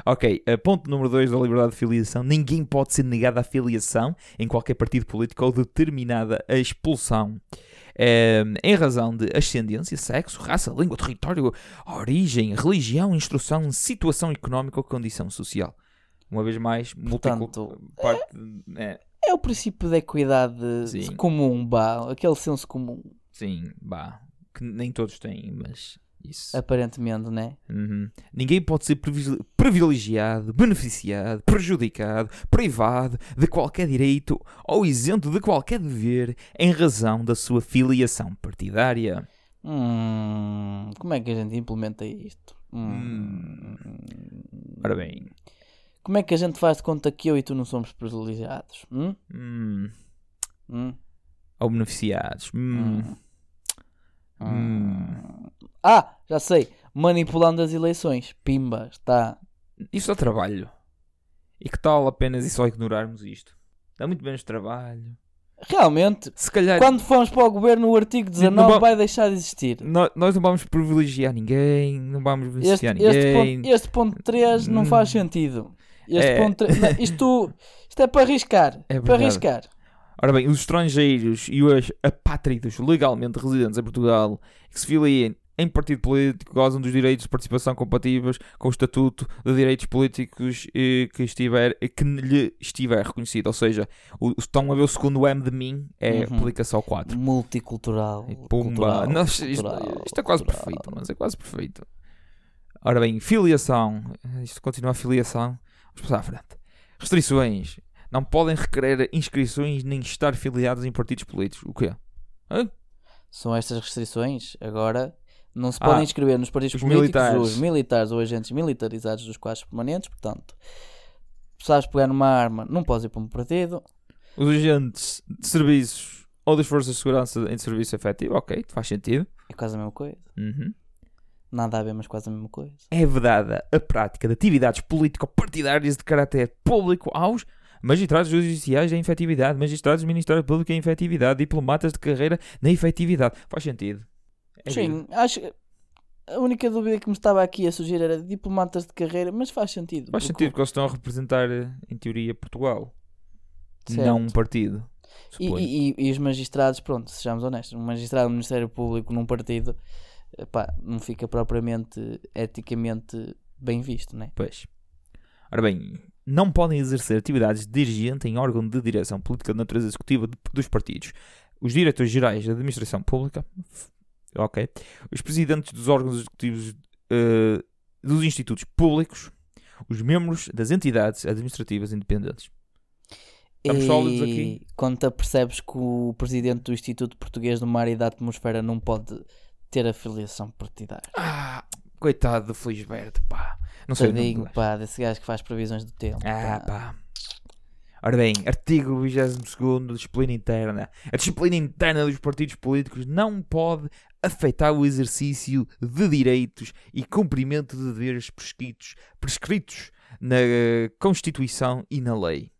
Speaker 1: Ok, eh, ponto número 2 da liberdade de filiação. Ninguém pode ser negado a filiação em qualquer partido político ou determinada a expulsão eh, em razão de ascendência, sexo, raça, língua, território, origem, religião, instrução, situação económica ou condição social. Uma vez mais, múltiplo,
Speaker 2: Portanto,
Speaker 1: parte, é,
Speaker 2: É o princípio da equidade
Speaker 1: Sim.
Speaker 2: comum, bah, aquele senso comum,
Speaker 1: sim, bah, que nem todos têm, mas isso.
Speaker 2: aparentemente, né?
Speaker 1: Uhum. Ninguém pode ser privi- privilegiado, beneficiado, prejudicado, privado de qualquer direito ou isento de qualquer dever em razão da sua filiação partidária.
Speaker 2: Hum, como é que a gente implementa isto? Hum.
Speaker 1: Ora bem,
Speaker 2: Como é que a gente faz de conta que eu e tu não somos privilegiados? Hum?
Speaker 1: hum,
Speaker 2: Hum?
Speaker 1: ou beneficiados. Hum,
Speaker 2: Hum.
Speaker 1: hum.
Speaker 2: Ah, já sei. Manipulando as eleições. Pimba, está.
Speaker 1: Isso é trabalho. E que tal apenas e só ignorarmos isto? Dá muito menos trabalho.
Speaker 2: Realmente,
Speaker 1: Se calhar
Speaker 2: quando formos para o governo, o artigo 19
Speaker 1: va-
Speaker 2: vai deixar de existir.
Speaker 1: no- nós não vamos privilegiar ninguém, não vamos
Speaker 2: Este,
Speaker 1: beneficiar
Speaker 2: este,
Speaker 1: ninguém.
Speaker 2: ponto, este ponto 3 não
Speaker 1: é Hum.
Speaker 2: faz sentido. Este
Speaker 1: É.
Speaker 2: ponto 3, não, isto, isto é para arriscar.
Speaker 1: É
Speaker 2: para
Speaker 1: verdade.
Speaker 2: arriscar.
Speaker 1: Ora bem, os estrangeiros e os apátridos legalmente residentes em Portugal que se filiem em partido político gozam dos direitos de participação compatíveis com o Estatuto de Direitos Políticos eh, que, estiver, que lhe estiver reconhecido. Ou seja, o, estão a ver o segundo M de mim, é
Speaker 2: Uhum.
Speaker 1: aplica só 4.
Speaker 2: Multicultural.
Speaker 1: E Pumba!
Speaker 2: cultural,
Speaker 1: Nós- isto,
Speaker 2: cultural,
Speaker 1: isto é quase
Speaker 2: cultural.
Speaker 1: perfeito, mas é quase perfeito. Ora bem, filiação. Isto continua a filiação. Vamos passar à frente. Restrições. Não podem requerer inscrições nem estar filiados em partidos políticos. O quê?
Speaker 2: São estas restrições. Agora, não se
Speaker 1: Ah,
Speaker 2: podem inscrever nos partidos
Speaker 1: os
Speaker 2: políticos
Speaker 1: militares.
Speaker 2: os militares ou agentes militarizados dos quadros permanentes. Portanto, sabes pegar numa arma, não podes ir para um partido.
Speaker 1: Os agentes de serviços ou das forças de segurança em serviço efetivo. Ok, faz sentido.
Speaker 2: É quase a mesma coisa.
Speaker 1: Uhum.
Speaker 2: Nada a ver, mas quase a mesma coisa.
Speaker 1: É vedada a prática de atividades político-partidárias de caráter público aos magistrados judiciais da efetividade, magistrados do Ministério Público em efetividade, diplomatas de carreira na efetividade. Faz sentido. É vida.
Speaker 2: Sim, acho que a única dúvida que me estava aqui a surgir era diplomatas de carreira, mas faz sentido.
Speaker 1: Faz
Speaker 2: porque-
Speaker 1: sentido que eles estão a representar, eh, em teoria, Portugal,
Speaker 2: certo.
Speaker 1: não um partido.
Speaker 2: E,
Speaker 1: suponho.
Speaker 2: e- e- e os magistrados, pronto, sejamos honestos, um magistrado do Ministério Público num partido epá, não fica propriamente eticamente bem visto, né?
Speaker 1: Pois. Ora bem, não podem exercer atividades de dirigente em órgão de direção política de natureza executiva de- dos partidos. Os diretores gerais da administração pública, f- ok, os presidentes dos órgãos executivos eh, dos institutos públicos, os membros das entidades administrativas independentes. Estamos sólidos aqui.
Speaker 2: Quando te percebes que o presidente do Instituto Português do Mar e da Atmosfera não pode ter afiliação partidária.
Speaker 1: Ah, coitado do Felisberto, pá. Não sei o nome
Speaker 2: Tadinho,
Speaker 1: dele.
Speaker 2: pá, desse gajo que faz previsões do tempo.
Speaker 1: Ah,
Speaker 2: pá.
Speaker 1: pá. Ora bem, artigo 22 disciplina interna. A disciplina interna dos partidos políticos não pode afetar o exercício de direitos e cumprimento de deveres prescritos, prescritos na eh, Constituição e na lei.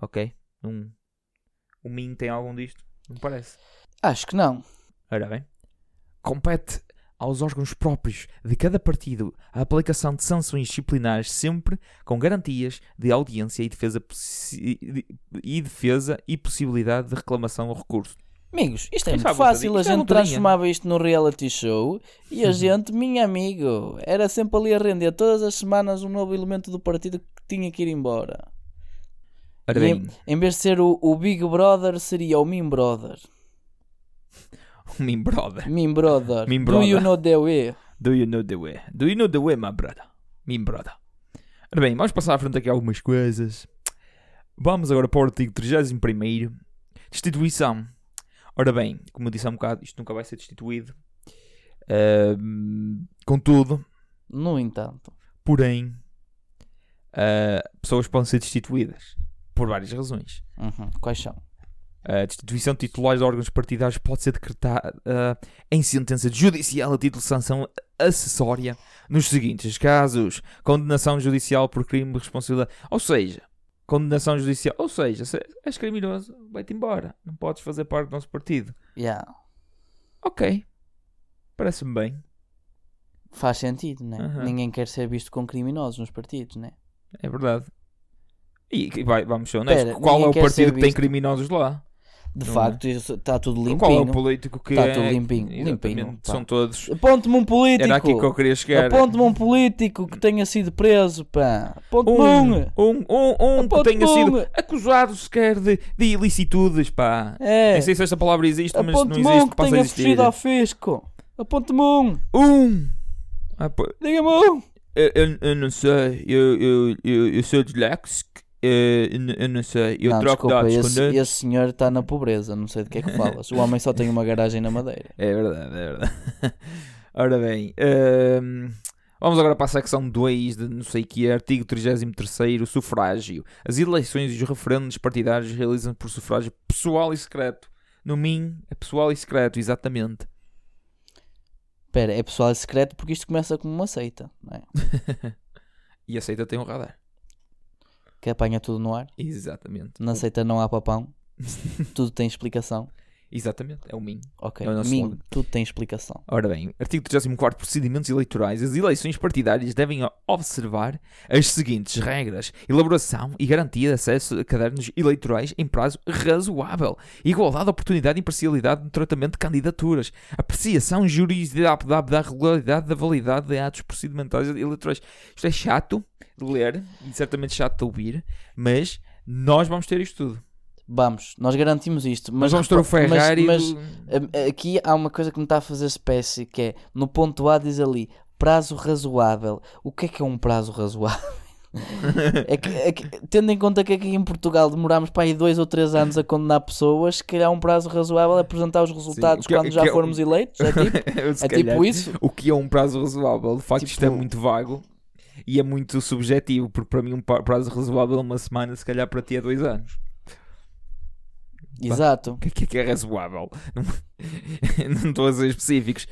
Speaker 1: Ok? Um, o MIN tem algum disto? Não parece.
Speaker 2: Acho que não.
Speaker 1: Ora bem. Compete aos órgãos próprios de cada partido a aplicação de sanções disciplinares sempre com garantias de audiência e defesa, possi- e- e defesa e possibilidade de reclamação ou recurso.
Speaker 2: Amigos, isto é
Speaker 1: Isto é
Speaker 2: muito
Speaker 1: uma
Speaker 2: fácil.
Speaker 1: bocadinha.
Speaker 2: A
Speaker 1: Isto é
Speaker 2: gente
Speaker 1: uma bocadinha.
Speaker 2: transformava isto num reality show e a gente, minha amigo, era sempre ali a render todas as semanas um novo elemento do partido que tinha que ir embora.
Speaker 1: Ora
Speaker 2: E
Speaker 1: bem,
Speaker 2: em, em vez de ser o, o Big Brother, seria o Min Brother.
Speaker 1: me um brother.
Speaker 2: Min Brother.
Speaker 1: Min
Speaker 2: Do
Speaker 1: Brother.
Speaker 2: you know the way?
Speaker 1: Do you know the way? Do you know the way, my brother? Me brother. Ora bem, vamos passar à frente aqui algumas coisas. Vamos agora para o artigo 31 Destituição. Ora bem, como eu disse há um bocado, isto nunca vai ser destituído. Ahm, contudo,
Speaker 2: No entanto.
Speaker 1: porém, ah, pessoas podem ser destituídas por várias razões.
Speaker 2: Uhum. Quais são?
Speaker 1: A destituição de titulares de órgãos partidários pode ser decretada ah, em sentença judicial a título de sanção acessória nos seguintes casos: condenação judicial por crime de responsabilidade, ou seja, condenação judicial, ou seja, se és criminoso, vai-te embora, não podes fazer parte do nosso partido.
Speaker 2: Yeah.
Speaker 1: Ok, parece-me bem,
Speaker 2: Faz sentido, né?
Speaker 1: Uhum.
Speaker 2: Ninguém quer ser visto como criminosos nos partidos, né?
Speaker 1: é verdade. E e vai- vamos ser honestos:
Speaker 2: Pera,
Speaker 1: qual é
Speaker 2: ninguém
Speaker 1: o
Speaker 2: quer ser
Speaker 1: partido que tem
Speaker 2: visto.
Speaker 1: criminosos lá?
Speaker 2: De
Speaker 1: Não né?
Speaker 2: facto, isso está tudo limpinho.
Speaker 1: Qual é o político que
Speaker 2: Tá
Speaker 1: é?
Speaker 2: tudo limpinho,
Speaker 1: Exatamente,
Speaker 2: limpinho, pá.
Speaker 1: São todos.
Speaker 2: Aponte-me um político.
Speaker 1: Era aqui que eu queria chegar.
Speaker 2: Aponte-me um político que tenha sido preso, pá. Aponte-me um.
Speaker 1: Um, um, um, um que
Speaker 2: Aponte-me
Speaker 1: tenha
Speaker 2: um.
Speaker 1: sido acusado sequer de, de ilicitudes, pá.
Speaker 2: É.
Speaker 1: Nem sei se esta palavra existe, mas não
Speaker 2: Aponte-me um
Speaker 1: existe,
Speaker 2: que
Speaker 1: passa a
Speaker 2: tenha
Speaker 1: existir.
Speaker 2: fugido ao fisco. Aponte-me um.
Speaker 1: Um! Ah, pô,
Speaker 2: Diga-me um.
Speaker 1: eu, eu- eu não sei, eu, eu, eu, eu sou disléxico, eh, eu, n- eu não sei, eu
Speaker 2: não,
Speaker 1: troco
Speaker 2: desculpa,
Speaker 1: dados
Speaker 2: esse,
Speaker 1: com dados.
Speaker 2: esse senhor está na pobreza. Não sei de que é que falas. o homem só tem uma garagem na madeira.
Speaker 1: É verdade, é verdade. Ora bem, ehm, vamos agora para a secção 2 de não sei que, artigo 33 sufrágio. As eleições e os referendos partidários realizam por sufrágio pessoal e secreto. No mim, é pessoal e secreto, exatamente.
Speaker 2: Espera, é pessoal é secreto porque isto começa como uma seita, não é?
Speaker 1: E a seita tem um radar.
Speaker 2: Que apanha tudo no ar.
Speaker 1: Exatamente.
Speaker 2: Na seita não há papão. tudo tem explicação.
Speaker 1: Exatamente, é o mim.
Speaker 2: Ok.
Speaker 1: É o nosso
Speaker 2: Mim,
Speaker 1: slogan.
Speaker 2: tudo tem explicação.
Speaker 1: Ora bem, artigo 34 Procedimentos eleitorais. As eleições partidárias devem observar as seguintes regras: elaboração e garantia de acesso a cadernos eleitorais em prazo razoável, igualdade de oportunidade e imparcialidade no tratamento de candidaturas, apreciação jurisdicional da regularidade da validade de atos procedimentais eleitorais. Isto é chato de ler e certamente chato de ouvir, mas nós vamos ter isto tudo.
Speaker 2: Vamos, nós garantimos isto.
Speaker 1: Nós
Speaker 2: Mas
Speaker 1: vamos ter o
Speaker 2: repa- mas-
Speaker 1: Ferrari.
Speaker 2: mas,
Speaker 1: do-
Speaker 2: A- Aqui há uma coisa que me está a fazer espécie, que é, no ponto A diz ali, prazo razoável. O que é que é um prazo razoável? É que- é que, tendo em conta que aqui em Portugal demorámos para aí dois ou três anos a condenar pessoas, se calhar um prazo razoável é apresentar os resultados
Speaker 1: o que é-
Speaker 2: quando
Speaker 1: o
Speaker 2: já
Speaker 1: que é um-
Speaker 2: formos eleitos, é tipo,
Speaker 1: Se
Speaker 2: é
Speaker 1: calhar.
Speaker 2: tipo isso.
Speaker 1: o que é um prazo razoável. De facto, isto é
Speaker 2: Tipo-
Speaker 1: muito vago e é muito subjetivo, porque para mim um pa- prazo razoável é uma semana, se calhar para ti é dois anos.
Speaker 2: Exato.
Speaker 1: O que é que é que é razoável? Não- Não estou a ser específicos.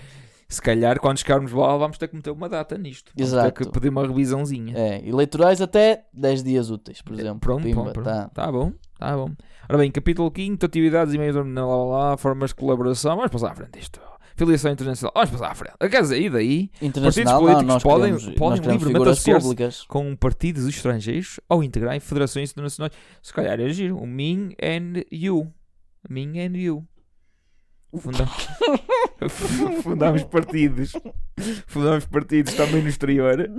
Speaker 1: Se calhar, quando chegarmos lá, vamos ter que meter uma data nisto. Vamos ter
Speaker 2: Exato.
Speaker 1: que pedir uma revisãozinha.
Speaker 2: É, eleitorais até 10 dias úteis, por exemplo.
Speaker 1: É, Pronto,
Speaker 2: Pimba,
Speaker 1: pronto, pronto.
Speaker 2: tá.
Speaker 1: Tá bom, tá bom. Ora bem, capítulo 5, atividades e meios de lá, lá, lá, formas de colaboração. Vamos passar à frente isto. Filiação internacional, vamos passar à frente. Quer dizer, e daí?
Speaker 2: Internacional, não,
Speaker 1: políticos
Speaker 2: nós
Speaker 1: podem-
Speaker 2: queremos,
Speaker 1: podem
Speaker 2: nós queremos
Speaker 1: livremente
Speaker 2: figuras
Speaker 1: associar-se-
Speaker 2: públicas.
Speaker 1: com partidos estrangeiros ou integrar em federações internacionais. Se calhar é giro. O Ming and You. Ming and You. Fundamos, fundamos partidos. Fundamos partidos também no exterior.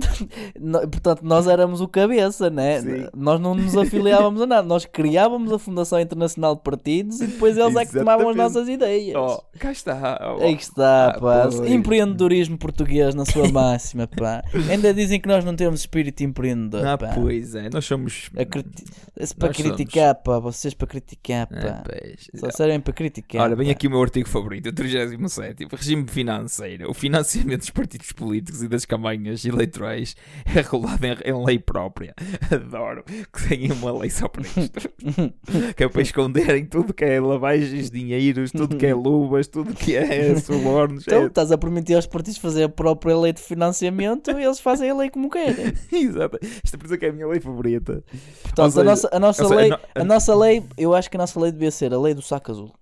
Speaker 2: No- portanto, nós éramos o cabeça, né?
Speaker 1: Sim.
Speaker 2: Nós não nos afiliávamos a nada, nós criávamos a Fundação Internacional de Partidos e depois eles é que tomavam
Speaker 1: Exatamente.
Speaker 2: as nossas ideias.
Speaker 1: Oh, cá está. Oh,
Speaker 2: Aí que está,
Speaker 1: Ah,
Speaker 2: pá.
Speaker 1: pois.
Speaker 2: Empreendedorismo português na sua máxima, pá. Ainda dizem que nós não temos espírito empreendedor,
Speaker 1: Ah,
Speaker 2: pá.
Speaker 1: pois é. Nós somos.
Speaker 2: A criti- se para
Speaker 1: Nós
Speaker 2: criticar, pá, vocês para criticar,
Speaker 1: Ah,
Speaker 2: pá.
Speaker 1: pois.
Speaker 2: Só servem para criticar.
Speaker 1: Ora, bem
Speaker 2: pá.
Speaker 1: aqui o meu artigo favorito, o 37, regime financeiro. O financiamento dos partidos políticos e das campanhas eleitorais é regulado em, em lei própria. Adoro que tenha uma lei só para isto. que é para esconderem tudo que é lavagens de dinheiros, tudo que é luvas, tudo que é subornos.
Speaker 2: Então,
Speaker 1: é-
Speaker 2: estás a permitir aos partidos fazer a própria lei de financiamento e eles fazem a lei como querem.
Speaker 1: Exato. Isto é por isso que é a minha lei favorita. Ou
Speaker 2: Portanto,
Speaker 1: seja,
Speaker 2: a nossa, a nossa
Speaker 1: ou seja,
Speaker 2: lei.
Speaker 1: no-
Speaker 2: A nossa lei, eu acho que a nossa lei devia ser a lei do saco azul.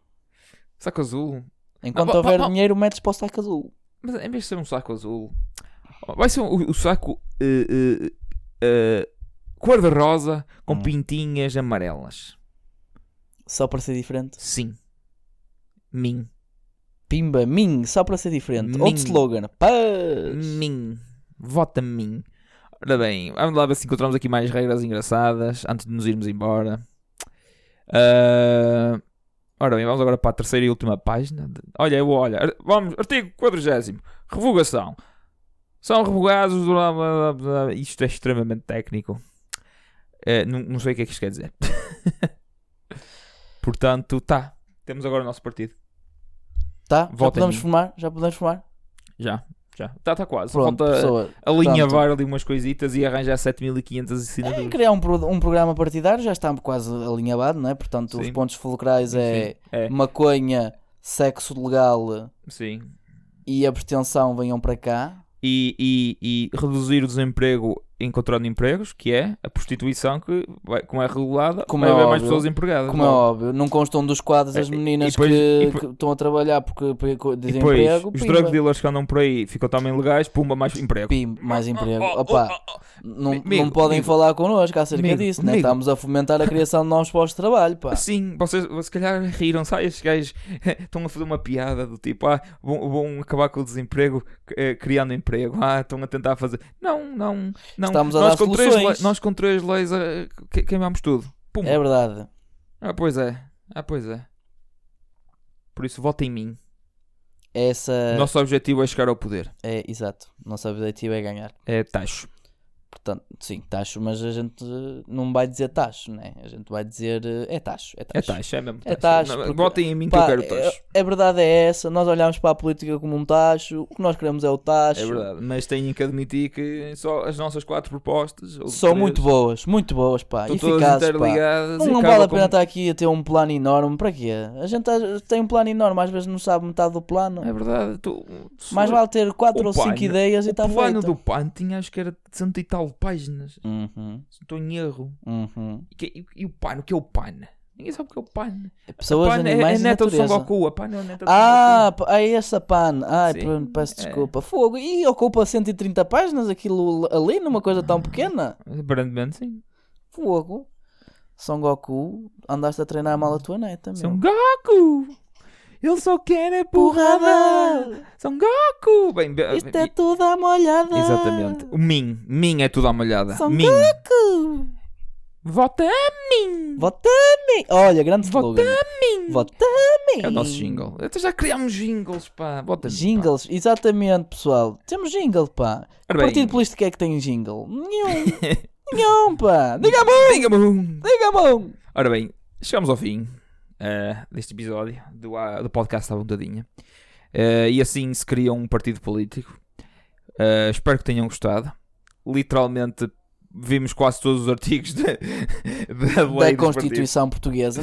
Speaker 1: Saco azul.
Speaker 2: Enquanto
Speaker 1: Ah, bom,
Speaker 2: houver
Speaker 1: bom, bom.
Speaker 2: dinheiro, metes para o saco azul.
Speaker 1: Mas em vez de ser um saco azul, oh, vai ser um, o, o saco eh, eh, eh, cor-de-rosa com
Speaker 2: Hum.
Speaker 1: pintinhas amarelas.
Speaker 2: Só para ser diferente.
Speaker 1: Sim. Mim.
Speaker 2: Pimba, mim, só para ser diferente.
Speaker 1: Mim.
Speaker 2: Outro slogan.
Speaker 1: Hum,
Speaker 2: Paz.
Speaker 1: Mim. Vota mim. Ora bem, vamos lá ver se encontramos aqui mais regras engraçadas antes de nos irmos embora. Ah, ora bem, vamos agora para a terceira e última página. de- Olha, eu olha. ar- Vamos, artigo 40. Revogação. São revogados. blá, blá, blá, blá. Isto é extremamente técnico. Eh, não, não sei o que é que isto quer dizer. Portanto, tá. Temos agora o nosso partido.
Speaker 2: Tá? Já
Speaker 1: Votem
Speaker 2: podemos
Speaker 1: em mim.
Speaker 2: formar? Já podemos formar?
Speaker 1: Já, já. Está tá quase. Só
Speaker 2: Pronto,
Speaker 1: Falta
Speaker 2: pessoa.
Speaker 1: alinhavar ali umas coisitas e arranjar 7500 assinaturas.
Speaker 2: É, criar um, pro- um programa partidário já está quase alinhavado, não é? Portanto, os
Speaker 1: Sim.
Speaker 2: pontos fulcrais é
Speaker 1: É,
Speaker 2: maconha, sexo legal
Speaker 1: sim.
Speaker 2: e abstenção venham para cá.
Speaker 1: E, e- e reduzir o desemprego encontrando empregos, que é a prostituição, que vai- como é regulada,
Speaker 2: Como
Speaker 1: vai
Speaker 2: é
Speaker 1: haver mais
Speaker 2: óbvio.
Speaker 1: pessoas empregadas.
Speaker 2: Como é óbvio, não constam dos quadros as
Speaker 1: É, e-
Speaker 2: meninas
Speaker 1: e depois-
Speaker 2: que,
Speaker 1: e depois-
Speaker 2: que estão a trabalhar porque, porque
Speaker 1: E depois,
Speaker 2: desemprego.
Speaker 1: os
Speaker 2: pimba.
Speaker 1: drug dealers que andam por aí ficam também legais, pumba, mais emprego.
Speaker 2: Pimba, mais emprego.
Speaker 1: Oh, oh,
Speaker 2: Opa,
Speaker 1: oh, oh.
Speaker 2: não, não
Speaker 1: amigo,
Speaker 2: podem
Speaker 1: amigo.
Speaker 2: falar connosco acerca
Speaker 1: Amigo,
Speaker 2: disso, né?
Speaker 1: amigo.
Speaker 2: Estamos a fomentar a criação de novos postos de trabalho, pá.
Speaker 1: Sim, vocês se calhar riram-se. Ah, estes gajos estão a fazer uma piada do tipo: ah, vão, vão acabar com o desemprego eh, criando emprego. Ah, estão a tentar fazer. Não, não, não.
Speaker 2: Estamos a
Speaker 1: nós
Speaker 2: dar
Speaker 1: com três
Speaker 2: soluções.
Speaker 1: le- Nós com três leis eh, que- queimamos tudo. Pum.
Speaker 2: É verdade.
Speaker 1: Ah, pois é. Ah, pois é. Por isso, vota em mim.
Speaker 2: Essa.
Speaker 1: Nosso objetivo é chegar ao poder.
Speaker 2: É, exato. Nosso objetivo é ganhar.
Speaker 1: É tacho.
Speaker 2: Portanto, sim, tacho, mas a gente eh, não vai dizer tacho, né? A gente vai dizer eh, é tacho, é
Speaker 1: É
Speaker 2: tacho.
Speaker 1: tacho, é mesmo.
Speaker 2: É tacho,
Speaker 1: Não,
Speaker 2: porque-
Speaker 1: Votem em mim
Speaker 2: Pá,
Speaker 1: que eu quero tacho.
Speaker 2: é- A verdade é essa, nós olhamos para a política como um tacho, o que nós queremos é o tacho.
Speaker 1: É verdade. Mas têm que admitir que só as nossas quatro propostas ou
Speaker 2: São
Speaker 1: três,
Speaker 2: muito boas, muito boas, pá,
Speaker 1: estão todas
Speaker 2: eficazes, pá.
Speaker 1: interligadas.
Speaker 2: Não,
Speaker 1: e
Speaker 2: não
Speaker 1: acabam
Speaker 2: vale a
Speaker 1: com-
Speaker 2: pena estar aqui a ter um plano enorme, para quê? A gente às- tem um plano enorme, às vezes não sabe metade do plano.
Speaker 1: É verdade. tu- se-
Speaker 2: Mais vale ter quatro
Speaker 1: o
Speaker 2: ou cinco
Speaker 1: plano-
Speaker 2: ideias e
Speaker 1: O
Speaker 2: está
Speaker 1: plano
Speaker 2: feito.
Speaker 1: do PAN tinha acho que era de cento e tal páginas.
Speaker 2: Uhum,
Speaker 1: Se não Estou em erro.
Speaker 2: uhum.
Speaker 1: E, que- e- e o PAN? O que é o PAN? Ninguém sabe o que é o PAN.
Speaker 2: Pessoas,
Speaker 1: PAN é, é
Speaker 2: animais e
Speaker 1: neta do Son
Speaker 2: natureza.
Speaker 1: Goku. A PAN é a neta do Son Goku.
Speaker 2: Ah, é essa pan. Ai,
Speaker 1: Sim,
Speaker 2: pronto, peço
Speaker 1: é.
Speaker 2: desculpa. Fogo. E ocupa 130 páginas aquilo ali numa coisa tão pequena?
Speaker 1: Aparentemente sim.
Speaker 2: Fogo. Son Goku, andaste a treinar mal a tua neta,
Speaker 1: São
Speaker 2: meu.
Speaker 1: Goku! Ele só quer é porrada! São Goku! Bem, be-
Speaker 2: Isto é tudo à molhada.
Speaker 1: Exatamente. O Min. Min é tudo à molhada.
Speaker 2: São
Speaker 1: Min.
Speaker 2: Goku.
Speaker 1: Vota a Min!
Speaker 2: Votame. Olha, grande slogan.
Speaker 1: Min!
Speaker 2: Votame.
Speaker 1: É o nosso jingle. Até já criámos jingles, pá. Vota a mim, pá.
Speaker 2: Jingles, exatamente, pessoal. Temos jingle, pá.
Speaker 1: Ora
Speaker 2: Que
Speaker 1: bem.
Speaker 2: partido político é que tem jingle? Nenhum. Nenhum, pá. Diga-me,
Speaker 1: Diga-me um.
Speaker 2: diga-me. um.
Speaker 1: Ora bem, chegamos ao fim eh, deste episódio do, ah, do podcast à Vontadinha. Eh, e assim se cria um partido político. Eh, espero que tenham gostado. Literalmente vimos quase todos os artigos da, da
Speaker 2: da
Speaker 1: lei dos
Speaker 2: Constituição Portuguesa,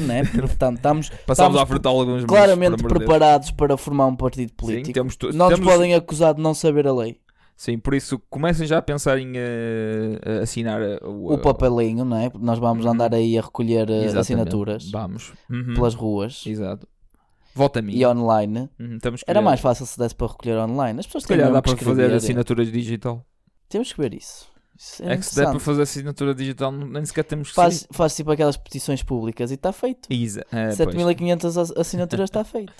Speaker 2: né? Portanto, estamos
Speaker 1: partidos. Passámos
Speaker 2: estamos
Speaker 1: à frente de alguns mas,
Speaker 2: claramente
Speaker 1: por amor de Deus.
Speaker 2: preparados para formar um partido
Speaker 1: Sim,
Speaker 2: político.
Speaker 1: temos to-
Speaker 2: não nos
Speaker 1: temos-
Speaker 2: podem acusar de não saber a lei.
Speaker 1: sim, por isso comecem já a pensar em eh, assinar eh, o,
Speaker 2: O papelinho, não é? Nós vamos
Speaker 1: Uhum.
Speaker 2: andar aí a recolher eh,
Speaker 1: Exatamente.
Speaker 2: assinaturas
Speaker 1: Vamos. Uhum.
Speaker 2: pelas ruas
Speaker 1: Exato. Vota a mim.
Speaker 2: e online.
Speaker 1: Uhum, estamos que-
Speaker 2: Era mais fácil se desse para recolher online. As pessoas
Speaker 1: Se
Speaker 2: têm
Speaker 1: calhar
Speaker 2: mesmo
Speaker 1: dá
Speaker 2: que
Speaker 1: para fazer
Speaker 2: escrever. eh.
Speaker 1: assinaturas digital.
Speaker 2: Temos que ver isso. Isso é
Speaker 1: É que se der para
Speaker 2: interessante.
Speaker 1: fazer assinatura digital, não- nem sequer temos que
Speaker 2: Faz,
Speaker 1: sair.
Speaker 2: faz tipo aquelas petições públicas e está feito.
Speaker 1: Isa. É, pois.
Speaker 2: 7.500 as- assinaturas está feito.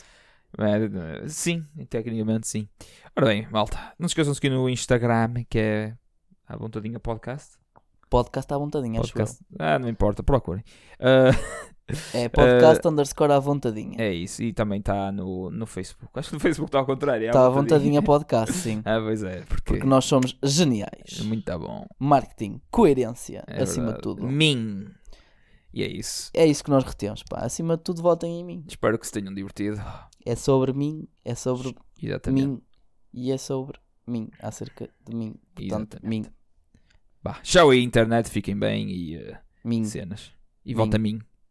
Speaker 1: É, é, sim, tecnicamente sim. Ora bem, malta, não se esqueçam de seguir no Instagram, que é a vontadinha podcast.
Speaker 2: Podcast à vontadinha, acho eu.
Speaker 1: podcast. Ah, não importa, procurem. Ah,
Speaker 2: É podcast underscore à vontadinha.
Speaker 1: Eh, é isso, e também está no, no Facebook. Acho que no Facebook está ao contrário. é à
Speaker 2: Está Tá à vontadinha podcast, sim.
Speaker 1: Ah, pois é, porque,
Speaker 2: Porque nós somos geniais.
Speaker 1: é muito tá bom.
Speaker 2: Marketing, coerência,
Speaker 1: É
Speaker 2: acima de
Speaker 1: verdade.
Speaker 2: tudo.
Speaker 1: Mim. E é isso.
Speaker 2: É isso que nós retemos, pá. Acima de tudo, votem em mim.
Speaker 1: Espero que se tenham divertido.
Speaker 2: É sobre mim, é sobre
Speaker 1: Exatamente.
Speaker 2: mim e é sobre mim, acerca de mim. Portanto, mim,
Speaker 1: Vá, tchau aí, internet, fiquem bem e eh,
Speaker 2: mim.
Speaker 1: cenas. E
Speaker 2: Mim.
Speaker 1: volta a mim.